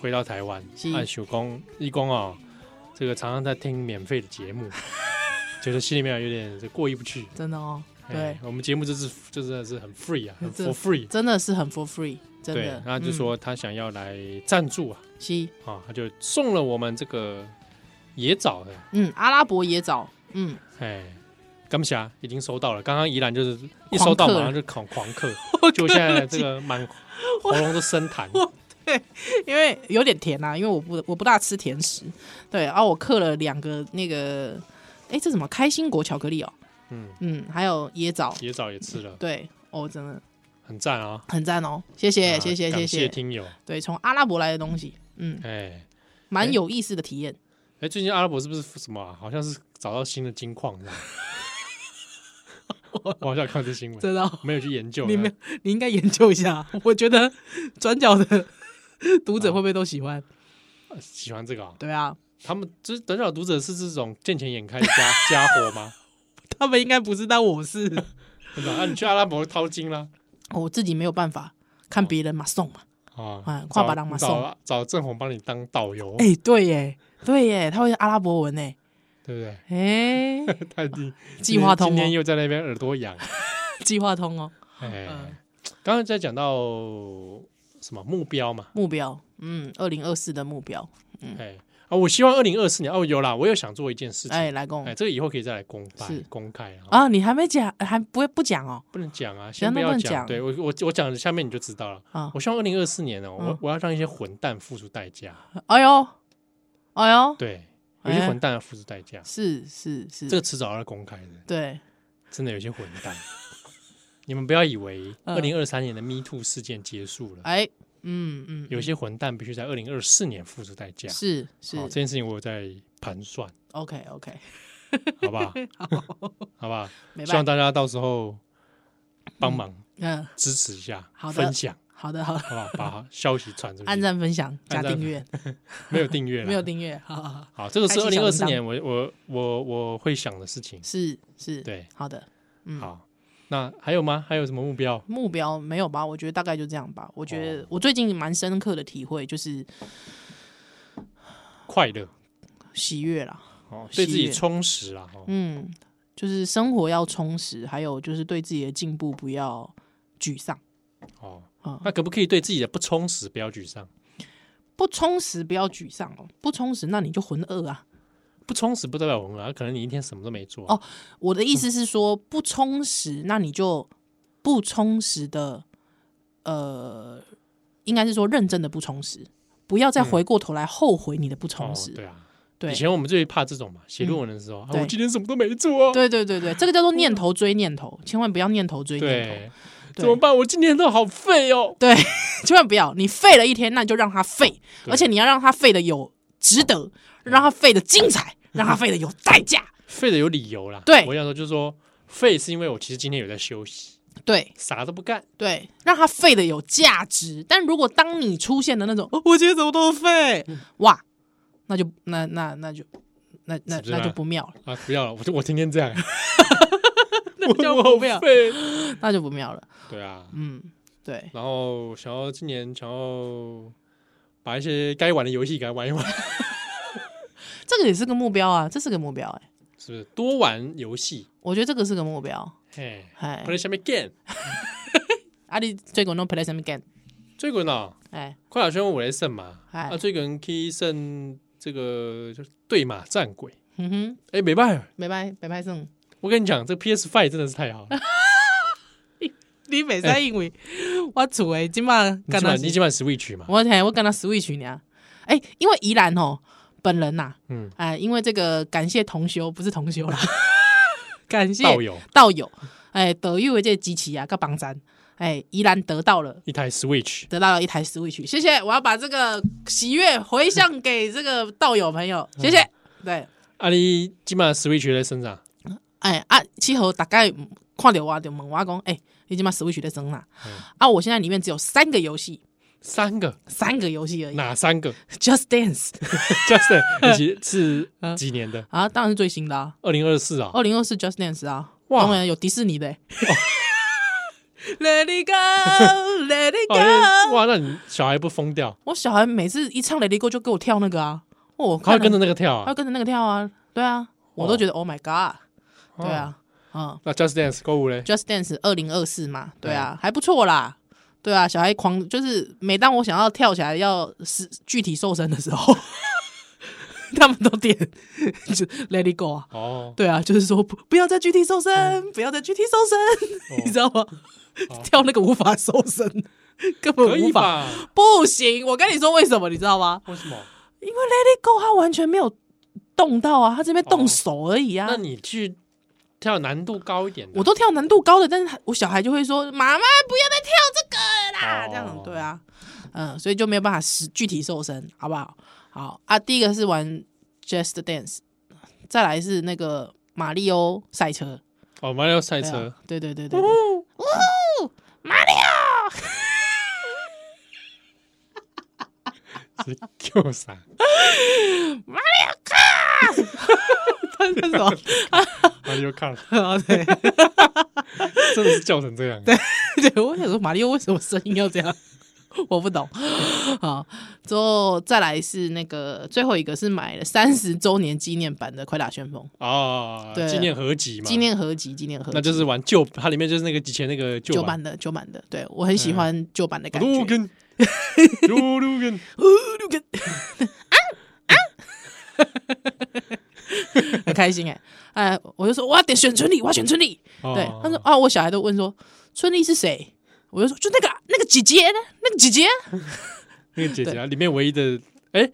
Speaker 2: 回到台湾啊
Speaker 3: 是，
Speaker 2: 按手工义工啊，这个常常在听免费的节 目，觉得心里面有点过意不去。
Speaker 3: 真的哦，对
Speaker 2: 哎，，我们节目就是就真的是很 free 啊，很
Speaker 3: 这
Speaker 2: for free。
Speaker 3: 真的是很 for free，真
Speaker 2: 对
Speaker 3: 的。，
Speaker 2: 然后就
Speaker 3: 嗯
Speaker 2: 说他想要来赞助啊，
Speaker 3: 是，
Speaker 2: 啊，他就送了我们这个野枣的，
Speaker 3: 嗯，阿拉伯野枣，嗯，
Speaker 2: 哎，感谢，已经收到了。刚刚宜兰就是一收到
Speaker 3: 狂
Speaker 2: 马
Speaker 3: 客
Speaker 2: 上就狂狂 客，就现在这个满喉咙都生痰。
Speaker 3: 因为有点甜啊，因为我不我不大吃甜食，对，然、后我刻了两个那个，哎，这什么开心果巧克力哦，
Speaker 2: 嗯
Speaker 3: 嗯，还有椰枣，
Speaker 2: 野枣也吃了，
Speaker 3: 对，哦，真的
Speaker 2: 很赞啊！
Speaker 3: 很赞哦，谢谢、
Speaker 2: 啊
Speaker 3: 谢谢
Speaker 2: 感
Speaker 3: 谢
Speaker 2: 谢
Speaker 3: 谢，
Speaker 2: 听友。
Speaker 3: 对，从阿拉伯来的东西，嗯，
Speaker 2: 哎
Speaker 3: 蛮有意思的体验，
Speaker 2: 哎，最近阿拉伯是不是什么啊？好像是找到新的金矿 是吧？我好像看这新闻，
Speaker 3: 知道
Speaker 2: 没有去研究。啊
Speaker 3: 你没你应该研究一下，我觉得转角的读者会不会都喜欢？
Speaker 2: 呃喜欢这个啊？
Speaker 3: 对啊，
Speaker 2: 他们就是短小读者是这种见钱眼开的家家伙吗？
Speaker 3: 他们应该不是，但我是，
Speaker 2: 对吧？啊，你去阿拉伯掏金啦
Speaker 3: 我自己没有办法
Speaker 2: 哦
Speaker 3: 看别人嘛送嘛，
Speaker 2: 啊
Speaker 3: 啊！跨把郎嘛
Speaker 2: 找
Speaker 3: 送
Speaker 2: 找找郑红帮你当导游，
Speaker 3: 哎、对耶对耶，他会阿拉伯文哎。
Speaker 2: 对不对？
Speaker 3: 哎、
Speaker 2: 他今
Speaker 3: 计划通哦
Speaker 2: 今天又在那边耳朵 痒。
Speaker 3: 计划通哦，
Speaker 2: 哎
Speaker 3: 嗯，
Speaker 2: 刚刚在讲到什么目标嘛？
Speaker 3: 目标，嗯，二零二四的目标，
Speaker 2: 哎啊，我希望二零二四年哦，有啦，我有想做一件事情，
Speaker 3: 哎、
Speaker 2: 哎，
Speaker 3: 来公、
Speaker 2: 这个以后可以再来公开
Speaker 3: 是
Speaker 2: 公开啊，
Speaker 3: 啊，你还没讲，还不会不讲哦，
Speaker 2: 不能讲啊，
Speaker 3: 不要
Speaker 2: 先不
Speaker 3: 那
Speaker 2: 要
Speaker 3: 么讲
Speaker 2: 对我我我讲下面你就知道了。
Speaker 3: 啊，
Speaker 2: 我希望二零二四年哦，
Speaker 3: 嗯
Speaker 2: 我我要让一些混蛋付出代价，
Speaker 3: 哎呦，哎呦，
Speaker 2: 对，有些
Speaker 3: 哎
Speaker 2: 混蛋要付出代价，
Speaker 3: 是是是，
Speaker 2: 这个迟早要公开的，
Speaker 3: 对，
Speaker 2: 真的有些混蛋。 你们不要以为
Speaker 3: 嗯
Speaker 2: 二零二三年的 Me Too 事件结束了，
Speaker 3: 哎，嗯嗯，
Speaker 2: 有些混蛋必须在二零二四年付出代价。
Speaker 3: 是是
Speaker 2: 好，这件事情我有在盘 算，
Speaker 3: ，OK OK，
Speaker 2: 好不好？好不好？
Speaker 3: 没
Speaker 2: 希望
Speaker 3: 办法，
Speaker 2: 大家到时候帮忙
Speaker 3: 嗯，
Speaker 2: 支持一下，
Speaker 3: 好的
Speaker 2: 分享，
Speaker 3: 好的好的，
Speaker 2: 好不好？ 把消息传出去。
Speaker 3: 按赞分享加
Speaker 2: 按赞
Speaker 3: 订阅，
Speaker 2: 没有订阅，
Speaker 3: 没有。订阅，好好好，
Speaker 2: 好，这个是二
Speaker 3: 开
Speaker 2: 零
Speaker 3: 启小
Speaker 2: 二
Speaker 3: 铃
Speaker 2: 四
Speaker 3: 铛
Speaker 2: 年我我我我会想的事情。
Speaker 3: 是是，
Speaker 2: 对，
Speaker 3: 好的。嗯
Speaker 2: 好，那还有吗？还有什么目标？
Speaker 3: 目标没有吧？我觉得大概就这样吧。我觉
Speaker 2: 哦
Speaker 3: 得我最近蛮深刻的体会就是
Speaker 2: 快乐
Speaker 3: 喜悦啦，
Speaker 2: 哦，对自
Speaker 3: 喜
Speaker 2: 己
Speaker 3: 悦
Speaker 2: 充实啦。哦，
Speaker 3: 嗯，就是生活要充实，还有就是对自己的进步不要沮丧
Speaker 2: 哦，
Speaker 3: 啊、
Speaker 2: 那可不可以对自己的不充实不要沮丧？
Speaker 3: 不充实不要沮丧哦，不充实那你就浑噩啊。
Speaker 2: 不充实不代表我们啊，可能你一天什么都没做。
Speaker 3: 哦，我的意
Speaker 2: 嗯
Speaker 3: 思是说，不充实那你就不充实的，呃，应该是说认真的不充实，不要再回过头来后悔你的不充
Speaker 2: 嗯哦
Speaker 3: 实。
Speaker 2: 对啊，
Speaker 3: 对
Speaker 2: 以前我们最怕这种嘛，写论文的时候，啊
Speaker 3: 对
Speaker 2: 我今天什么都没做啊，
Speaker 3: 对对对对，这个叫做念头追念头，千万不要念头追念
Speaker 2: 对，
Speaker 3: 头，
Speaker 2: 怎么办？我今天都好废哦。
Speaker 3: 对，千万不要，你废了一天，那你就让它废，
Speaker 2: 对
Speaker 3: 而且你要让它废的有值得，让它废的精彩，让它废的有代价。
Speaker 2: 废的有理由啦。
Speaker 3: 对
Speaker 2: 我想说就是说废是因为我其实今天有在休息，
Speaker 3: 对
Speaker 2: 啥都不干。
Speaker 3: 对，让它废的有价值。但如果当你出现的那种，哦我今天怎么都废， 哇，那就那那那就那那
Speaker 2: 是不是啊
Speaker 3: 那就不妙 了，
Speaker 2: 啊，不要了，我就我天天这 样，
Speaker 3: 那 就
Speaker 2: 我
Speaker 3: 不
Speaker 2: 好
Speaker 3: 妙，
Speaker 2: 废。
Speaker 3: 那就不妙了。
Speaker 2: 对啊，
Speaker 3: 嗯，对，
Speaker 2: 然后想要今年想要把一些该玩的游戏给它玩一玩，
Speaker 3: 这个也是个目标啊，这是个目标哎、
Speaker 2: 是不是？多玩游戏，
Speaker 3: 我觉得这个是个目标。
Speaker 2: 嘿，
Speaker 3: 哎
Speaker 2: 快，来下面 game
Speaker 3: 啊你最近都 play 什么 game？
Speaker 2: 最近哦，
Speaker 3: 哎，
Speaker 2: 快打旋风我来胜嘛，
Speaker 3: 哎
Speaker 2: 啊，最近可以胜这个就是对马战鬼，
Speaker 3: 嗯哼，
Speaker 2: 哎，没办法，
Speaker 3: 拜拜拜拜胜。
Speaker 2: 我跟你讲，这 PS Five 真的是 太好了，
Speaker 3: 你袂使因为我厝诶，即马
Speaker 2: 你今
Speaker 3: 干那
Speaker 2: 晚你今晚 Switch 嘛，
Speaker 3: 我嘿，我干那 Switch 呢？哎、因为宜兰吼本人呐、
Speaker 2: 嗯，
Speaker 3: 哎、因为这个感谢同修，不是同修啦， 感谢
Speaker 2: 道友
Speaker 3: 道友，哎、德育的这个机器啊，个帮咱，哎、宜兰得到了。
Speaker 2: 一台 Switch。
Speaker 3: 得到了一台 Switch，谢谢！我要把这个喜悦回向给这个道友朋友，谢谢。对，
Speaker 2: 啊，你今晚 Switch 在身上，
Speaker 3: 哎啊，七猴大概看到我就问我讲，哎、你今嘛 Switch 在升啦？
Speaker 2: 嗯
Speaker 3: 啊，我现在里面只有三个游戏，
Speaker 2: 三个
Speaker 3: 三个游戏而已。
Speaker 2: 哪三个
Speaker 3: Just Dance
Speaker 2: ？Justin，你是是几年 的？
Speaker 3: 啊，当然是最新的啊，
Speaker 2: 二零二四啊！
Speaker 3: 二零二四 Just Dance 啊，
Speaker 2: 哇
Speaker 3: 当然有迪士尼的、欸 Let it go, Let it
Speaker 2: 哦那
Speaker 3: go。
Speaker 2: 哇，那你小孩不疯掉？
Speaker 3: 哎我小孩每次一唱 Let it go 就给我跳那个啊，哦，我
Speaker 2: 他
Speaker 3: 看
Speaker 2: 会
Speaker 3: 了
Speaker 2: 跟着那个跳
Speaker 3: 他会
Speaker 2: 啊？
Speaker 3: 跟着那个跳啊，对啊，我都觉得 Oh my God，对啊，嗯
Speaker 2: 哦那 Just Dance 购物嘞？
Speaker 3: ，Just Dance 二零二四嘛，对啊，还不错啦。对啊，小孩狂就是每当我想要跳起来要是具体瘦身的时候， 他们都点 就 Let It Go 啊。
Speaker 2: 哦，
Speaker 3: 对啊，就是说不不要再具体瘦身，不要再具体瘦身，
Speaker 2: 哦
Speaker 3: 你知道吗？跳那个无法瘦身，
Speaker 2: 可
Speaker 3: 根本无
Speaker 2: 以
Speaker 3: 法，
Speaker 2: 吧？
Speaker 3: 不行。我跟你说为什么，你知道吗？
Speaker 2: 为什么？
Speaker 3: 因为 Let It Go 他完全没有动到啊，他这边动
Speaker 2: 哦
Speaker 3: 手而已啊。
Speaker 2: 那你去跳难度高一点的，
Speaker 3: 我都跳难度高的，但是我小孩就会说：“妈妈，不要再跳这个啦！”
Speaker 2: 哦
Speaker 3: 这样对啊，嗯，所以就没有办法实具体瘦身，好不好？好啊，第一个是玩 Just Dance，再来是那个马里奥赛车，
Speaker 2: 哦，马里奥赛
Speaker 3: 对
Speaker 2: 车
Speaker 3: 啊，对对对 对对
Speaker 2: 是
Speaker 3: 啊
Speaker 2: Q 啥？
Speaker 3: 他那 种
Speaker 2: 马里奥卡，
Speaker 3: 啊，对
Speaker 2: 真的是叫成这样。对，
Speaker 3: 对，我想说马里奥为什么声音要这样？ 我不懂。 好，之后再来是那个最后一个是买了三十周年纪念版的《快打旋风
Speaker 2: 哦，
Speaker 3: 对
Speaker 2: 纪念合集》嘛，
Speaker 3: 纪念合集，纪念合集
Speaker 2: 那。就是玩旧，它里面就是那个以前那个旧嗯
Speaker 3: 旧版的旧版的，对我很喜欢旧版的感
Speaker 2: 罗
Speaker 3: 觉。
Speaker 2: 根，罗根，
Speaker 3: 很开心哎、哎、我就说我要点选春丽，我要选春丽。
Speaker 2: 哦
Speaker 3: 对，他说啊，我小孩都问说春丽是谁，我就说就那个啊那个姐姐呢，那个姐啊姐。
Speaker 2: 那个姐姐啊，里面唯一的，哎，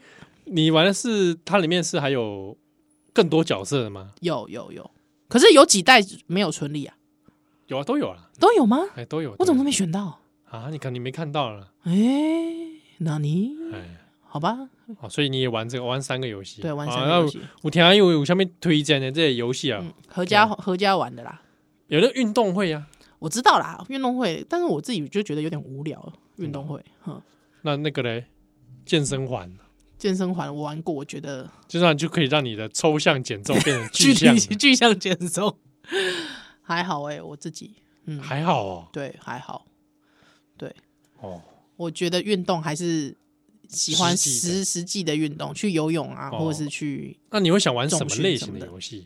Speaker 2: 你玩的是它里面是还有更多角色的吗？
Speaker 3: 有有有，可是有几代没有春丽啊，
Speaker 2: 有啊，都有啊，
Speaker 3: 都有吗？
Speaker 2: 哎，都有。
Speaker 3: 我怎
Speaker 2: 都
Speaker 3: 么都
Speaker 2: 有
Speaker 3: 没选到？
Speaker 2: 啊？你可能没看到了，
Speaker 3: 哎、那你
Speaker 2: 哎，
Speaker 3: 好吧，
Speaker 2: 哦，所以你也玩这个，玩三个游戏，
Speaker 3: 对玩
Speaker 2: 啊
Speaker 3: 三个游戏
Speaker 2: 那我听因为有下面推荐的这些游戏啊
Speaker 3: 嗯，，合家合家玩的啦，
Speaker 2: 有的运动会啊，
Speaker 3: 我知道啦，运动会，但是我自己就觉得有点无聊，运动会，
Speaker 2: 嗯
Speaker 3: 哼，
Speaker 2: 那那个嘞，健身环。
Speaker 3: 健身环我玩过，我觉得
Speaker 2: 就这样就可以让你的抽象减重变成具
Speaker 3: 具
Speaker 2: 象
Speaker 3: 体
Speaker 2: 的，
Speaker 3: 具象减重，还好哎、我自己，嗯，
Speaker 2: 还好哦。
Speaker 3: 对，还好，对，
Speaker 2: 哦，
Speaker 3: 我觉得运动还是喜欢
Speaker 2: 实际的
Speaker 3: 实实际的运动，去游泳啊，
Speaker 2: 哦
Speaker 3: 或者是去
Speaker 2: 那你会想玩什
Speaker 3: 重
Speaker 2: 么
Speaker 3: 训
Speaker 2: 类
Speaker 3: 什
Speaker 2: 型
Speaker 3: 么
Speaker 2: 的
Speaker 3: 的
Speaker 2: 游戏？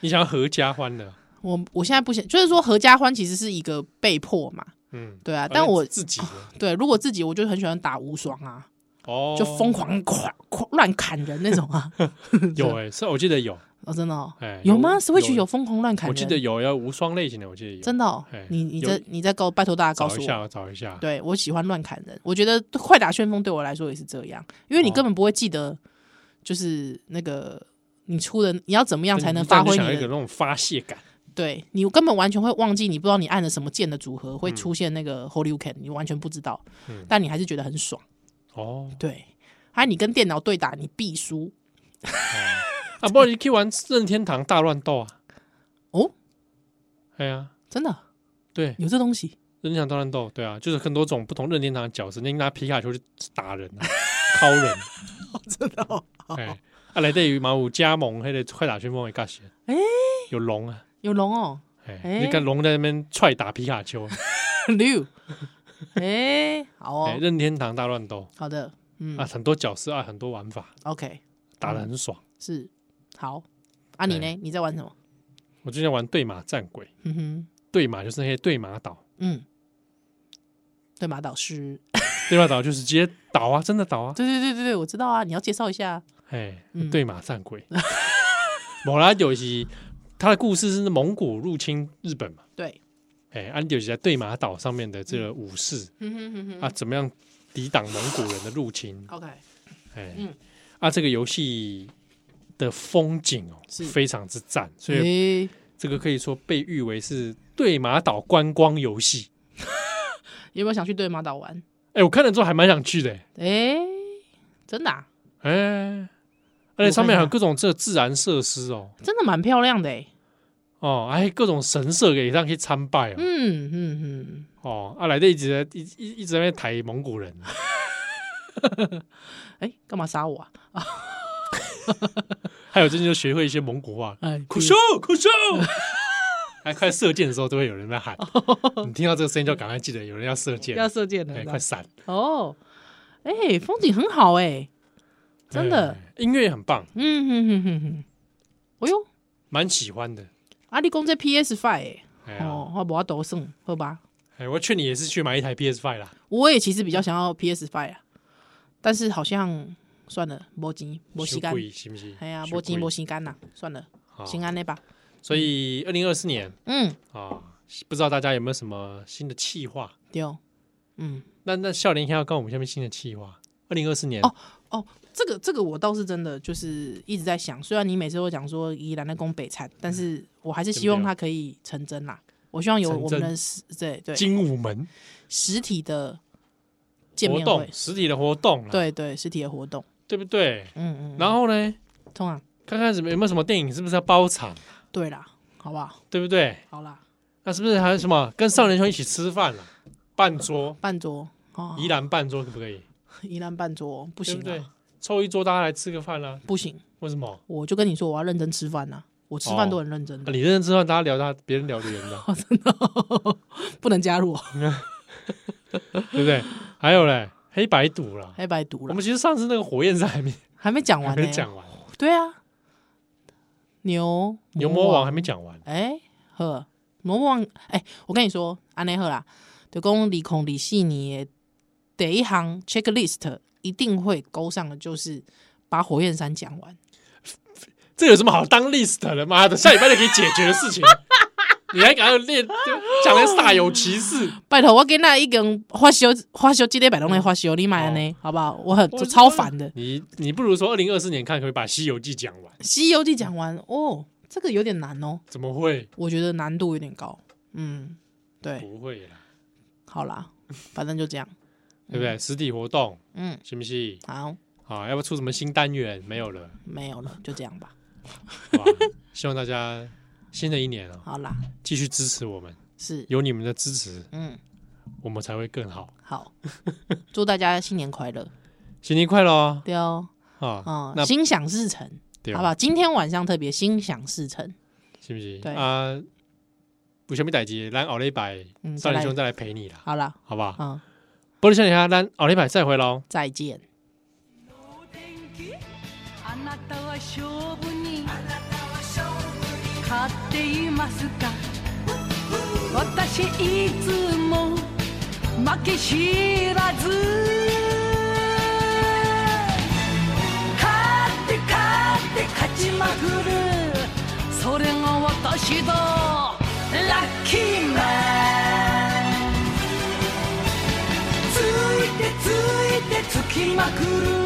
Speaker 2: 你想要合家欢的，
Speaker 3: 我我现在不想，就是说合家欢其实是一个被迫嘛，
Speaker 2: 嗯，
Speaker 3: 对啊，
Speaker 2: 反
Speaker 3: 但
Speaker 2: 正
Speaker 3: 我
Speaker 2: 自己的
Speaker 3: 对如果自己，我就很喜欢打无双啊，
Speaker 2: 哦，
Speaker 3: 就疯狂狂狂乱砍人那种啊，
Speaker 2: 有哎，是我记得有，
Speaker 3: 哦，真的哦
Speaker 2: 哎，
Speaker 3: 有吗？Switch 有
Speaker 2: 有，
Speaker 3: 疯狂乱砍
Speaker 2: 我
Speaker 3: 人，
Speaker 2: 记得有要无双类型的，我记得有，
Speaker 3: 真的哦
Speaker 2: 哎，
Speaker 3: 你你
Speaker 2: 有
Speaker 3: 再你再告拜托大家告
Speaker 2: 找
Speaker 3: 诉
Speaker 2: 一
Speaker 3: 我
Speaker 2: 下，找一下，
Speaker 3: 对我喜欢乱砍人，我觉得快打旋风对我来说也是这样，因为你
Speaker 2: 哦
Speaker 3: 根本不会记得，就是那个你出的你要怎么样
Speaker 2: 就
Speaker 3: 才能
Speaker 2: 你这
Speaker 3: 发
Speaker 2: 样就
Speaker 3: 挥
Speaker 2: 想要
Speaker 3: 你
Speaker 2: 一个
Speaker 3: 的，
Speaker 2: 那种发泄感，
Speaker 3: 对你根本完全会忘记，你不知道你按了什么键的组合会出现那个 Holy Can，你完全不知道，
Speaker 2: 嗯
Speaker 3: 但你还是觉得很爽，
Speaker 2: 哦
Speaker 3: 对。还有你跟电脑对打，你必输
Speaker 2: 啊，不然你可以玩任天堂大乱斗啊，
Speaker 3: 哦，
Speaker 2: 哎呀，
Speaker 3: 真的
Speaker 2: 对，
Speaker 3: 有这东西，
Speaker 2: 任天堂大乱斗，对啊，就是很多种不同任天堂的角色，你拿皮卡丘去打人、 啊，敲人。
Speaker 3: 真的、哦、
Speaker 2: 哎，啊，内底有嘛有加盟迄个快打旋风的角色，
Speaker 3: 哎
Speaker 2: 有龙啊，
Speaker 3: 有龙哦，
Speaker 2: 哎，
Speaker 3: 哎
Speaker 2: 你看龙在那边踹打皮卡丘，
Speaker 3: 六，哎，好
Speaker 2: 哎，
Speaker 3: 哦，
Speaker 2: 任天堂大乱斗
Speaker 3: 好的，嗯
Speaker 2: 啊，很多角色啊，很多玩法，
Speaker 3: ，OK，
Speaker 2: 打的很爽。
Speaker 3: 是好啊，你呢？你在玩什么？
Speaker 2: 我最近玩对马战鬼，
Speaker 3: 嗯哼，
Speaker 2: 对马就是那些对马岛，
Speaker 3: 嗯，对马导师，
Speaker 2: 对马岛就是直接岛啊，真的岛啊，
Speaker 3: 对对对对对，我知道啊，你要介绍一下，
Speaker 2: 哎
Speaker 3: 嗯，
Speaker 2: 对马战鬼， 某拉有是他的故事是蒙古入侵日本嘛，
Speaker 3: 对，
Speaker 2: 哎，安迪是在对马岛上面的这个武士
Speaker 3: 嗯哼哼哼
Speaker 2: 啊，怎么样抵挡蒙古人的入侵？
Speaker 3: ，OK，
Speaker 2: 哎，
Speaker 3: 嗯
Speaker 2: 啊，这个游戏的风景哦，
Speaker 3: 是嗯
Speaker 2: 非常之赞，所以
Speaker 3: 诶，
Speaker 2: 这个可以说被誉为是对马岛观光游戏。
Speaker 3: 有没有想去对马岛玩？
Speaker 2: 哎，我看了之后还蛮想去的，
Speaker 3: 诶，真的、啊，
Speaker 2: 哎，而且上面还有各种这自然设施哦，
Speaker 3: 真的蛮漂亮的欸诶，
Speaker 2: 哦，还有各种神社给让去参拜哦，
Speaker 3: 嗯嗯嗯，
Speaker 2: 哦，啊，来的一直在一一一直在那边抬蒙古人，
Speaker 3: 哎、干嘛杀我啊？
Speaker 2: 还有最近就学会一些蒙古话，
Speaker 3: 哎，
Speaker 2: 酷秀酷秀。嗯 还快射箭的时候都会有人在 喊，你听到这个声音就赶快记得有人要射箭，
Speaker 3: 哦要射箭
Speaker 2: 哎，快
Speaker 3: 了，
Speaker 2: 闪！
Speaker 3: 哦，哎、风景很好哎、真的，
Speaker 2: 哎，音乐也很棒，
Speaker 3: 嗯哼哼哼哼，哎呦，啊
Speaker 2: 蛮喜欢的。
Speaker 3: 阿里公在 PS Five 哎、
Speaker 2: 哎呀，
Speaker 3: 哦，我不要抖胜，好吧？
Speaker 2: 哎，我劝你也是去买一台 PS Five 啦。
Speaker 3: 我也其实比较想要 PS Five 啊，但是好像算了，没钱没时间
Speaker 2: 太，贵是不是？
Speaker 3: 哎呀，
Speaker 2: 太
Speaker 3: 没钱
Speaker 2: 贵哦
Speaker 3: 没时间呐，算了，
Speaker 2: 好
Speaker 3: 先安内吧。
Speaker 2: 所以二零二四年
Speaker 3: 嗯，
Speaker 2: 啊，不知道大家有没有什么新的计划？
Speaker 3: 对，嗯，
Speaker 2: 那那笑脸一要告我们下面新的计划。二零二四年
Speaker 3: 哦哦，这个这个我倒是真的就是一直在想，虽然你每次都讲说宜兰的宫北餐，但是我还是希望它可以成真啦。我希望有
Speaker 2: 成
Speaker 3: 我
Speaker 2: 真
Speaker 3: 们的实对对
Speaker 2: 精武门
Speaker 3: 实体的见
Speaker 2: 活
Speaker 3: 面
Speaker 2: 动
Speaker 3: 会，，
Speaker 2: 实体的活动啦，
Speaker 3: 对对实体的活动，
Speaker 2: 对不对？
Speaker 3: 嗯嗯，
Speaker 2: 然后呢，
Speaker 3: 通常
Speaker 2: 看看什么有没有什么电影是不是要包场，
Speaker 3: 对啦，好不好？
Speaker 2: 对不对？
Speaker 3: 好啦，
Speaker 2: 那是不是还有什么跟少年兄一起吃饭了？半桌，
Speaker 3: 半桌哦，
Speaker 2: 宜兰半桌可不可以？
Speaker 3: 宜兰半桌不
Speaker 2: 对
Speaker 3: 行
Speaker 2: 不对
Speaker 3: 啊，？
Speaker 2: 凑一桌大家来吃个饭啦。
Speaker 3: 不行，
Speaker 2: 为什么？
Speaker 3: 我就跟你说我要认真吃饭呐，我吃饭都很认真
Speaker 2: 啊
Speaker 3: 的，
Speaker 2: 你认真吃饭，大家聊他别人聊别人啊的，
Speaker 3: 不能加入哦，
Speaker 2: 对不对？还有嘞，黑白赌啦。
Speaker 3: 黑白读
Speaker 2: 我
Speaker 3: 了，
Speaker 2: 们其实上次那个火焰山还没
Speaker 3: 还没讲
Speaker 2: 还
Speaker 3: 完呢
Speaker 2: 没，讲完，
Speaker 3: 对啊，牛
Speaker 2: 牛魔王还没讲完。
Speaker 3: 哎、呵，魔王哎、我跟你说，安内好啦，就讲利空利细你第一行 checklist 一定会勾上的，就是把火焰山讲完。
Speaker 2: 这有什么好当 list 的？妈的，下礼拜就可以解决的 事情，你还敢要列，讲的煞有其事。
Speaker 3: 拜托，我给那一根花修花修，今天摆弄的花修，你买了呢，好不好？我很
Speaker 2: 嗯哦我
Speaker 3: 超烦的，《
Speaker 2: 你你不如说二零二四年看可不可以把《西游记》讲完？
Speaker 3: 西游记》讲完哦，这个有点难哦，
Speaker 2: 怎么会？
Speaker 3: 我觉得难度有点高。嗯，对，
Speaker 2: 不会啦，
Speaker 3: 好啦，反正就这样。
Speaker 2: 对不对？实体活动
Speaker 3: 嗯，
Speaker 2: 行不行？
Speaker 3: 好，
Speaker 2: 啊，要不要出什么新单元？没有了，
Speaker 3: 没有了，就这样吧。
Speaker 2: 好吧？希望大家新的一年啊，
Speaker 3: 好啦，
Speaker 2: 继续支持我们，
Speaker 3: 是，
Speaker 2: 有你们的支持，
Speaker 3: 嗯。
Speaker 2: 我们才会更好。
Speaker 3: 好，祝大家新年快乐，
Speaker 2: 新年快乐哦！
Speaker 3: 对哦，
Speaker 2: 啊，
Speaker 3: 嗯，心想事成，
Speaker 2: 对啊
Speaker 3: 好不好？今天晚上特别心想事成，
Speaker 2: 行不行？
Speaker 3: 对
Speaker 2: 啊，有什么代志，咱后礼拜
Speaker 3: 嗯
Speaker 2: 少
Speaker 3: 再
Speaker 2: 年
Speaker 3: 来
Speaker 2: 兄再来陪你啦，
Speaker 3: 好啦，
Speaker 2: 好不好？
Speaker 3: 嗯，
Speaker 2: 玻璃少年兄，咱后礼拜再回喽。
Speaker 3: 再见。
Speaker 1: お天気あなたは勝負に勝っていますか私いつも負け知らず勝って勝って勝ちまくるそれが私だラッキーマンついてついてつきまくる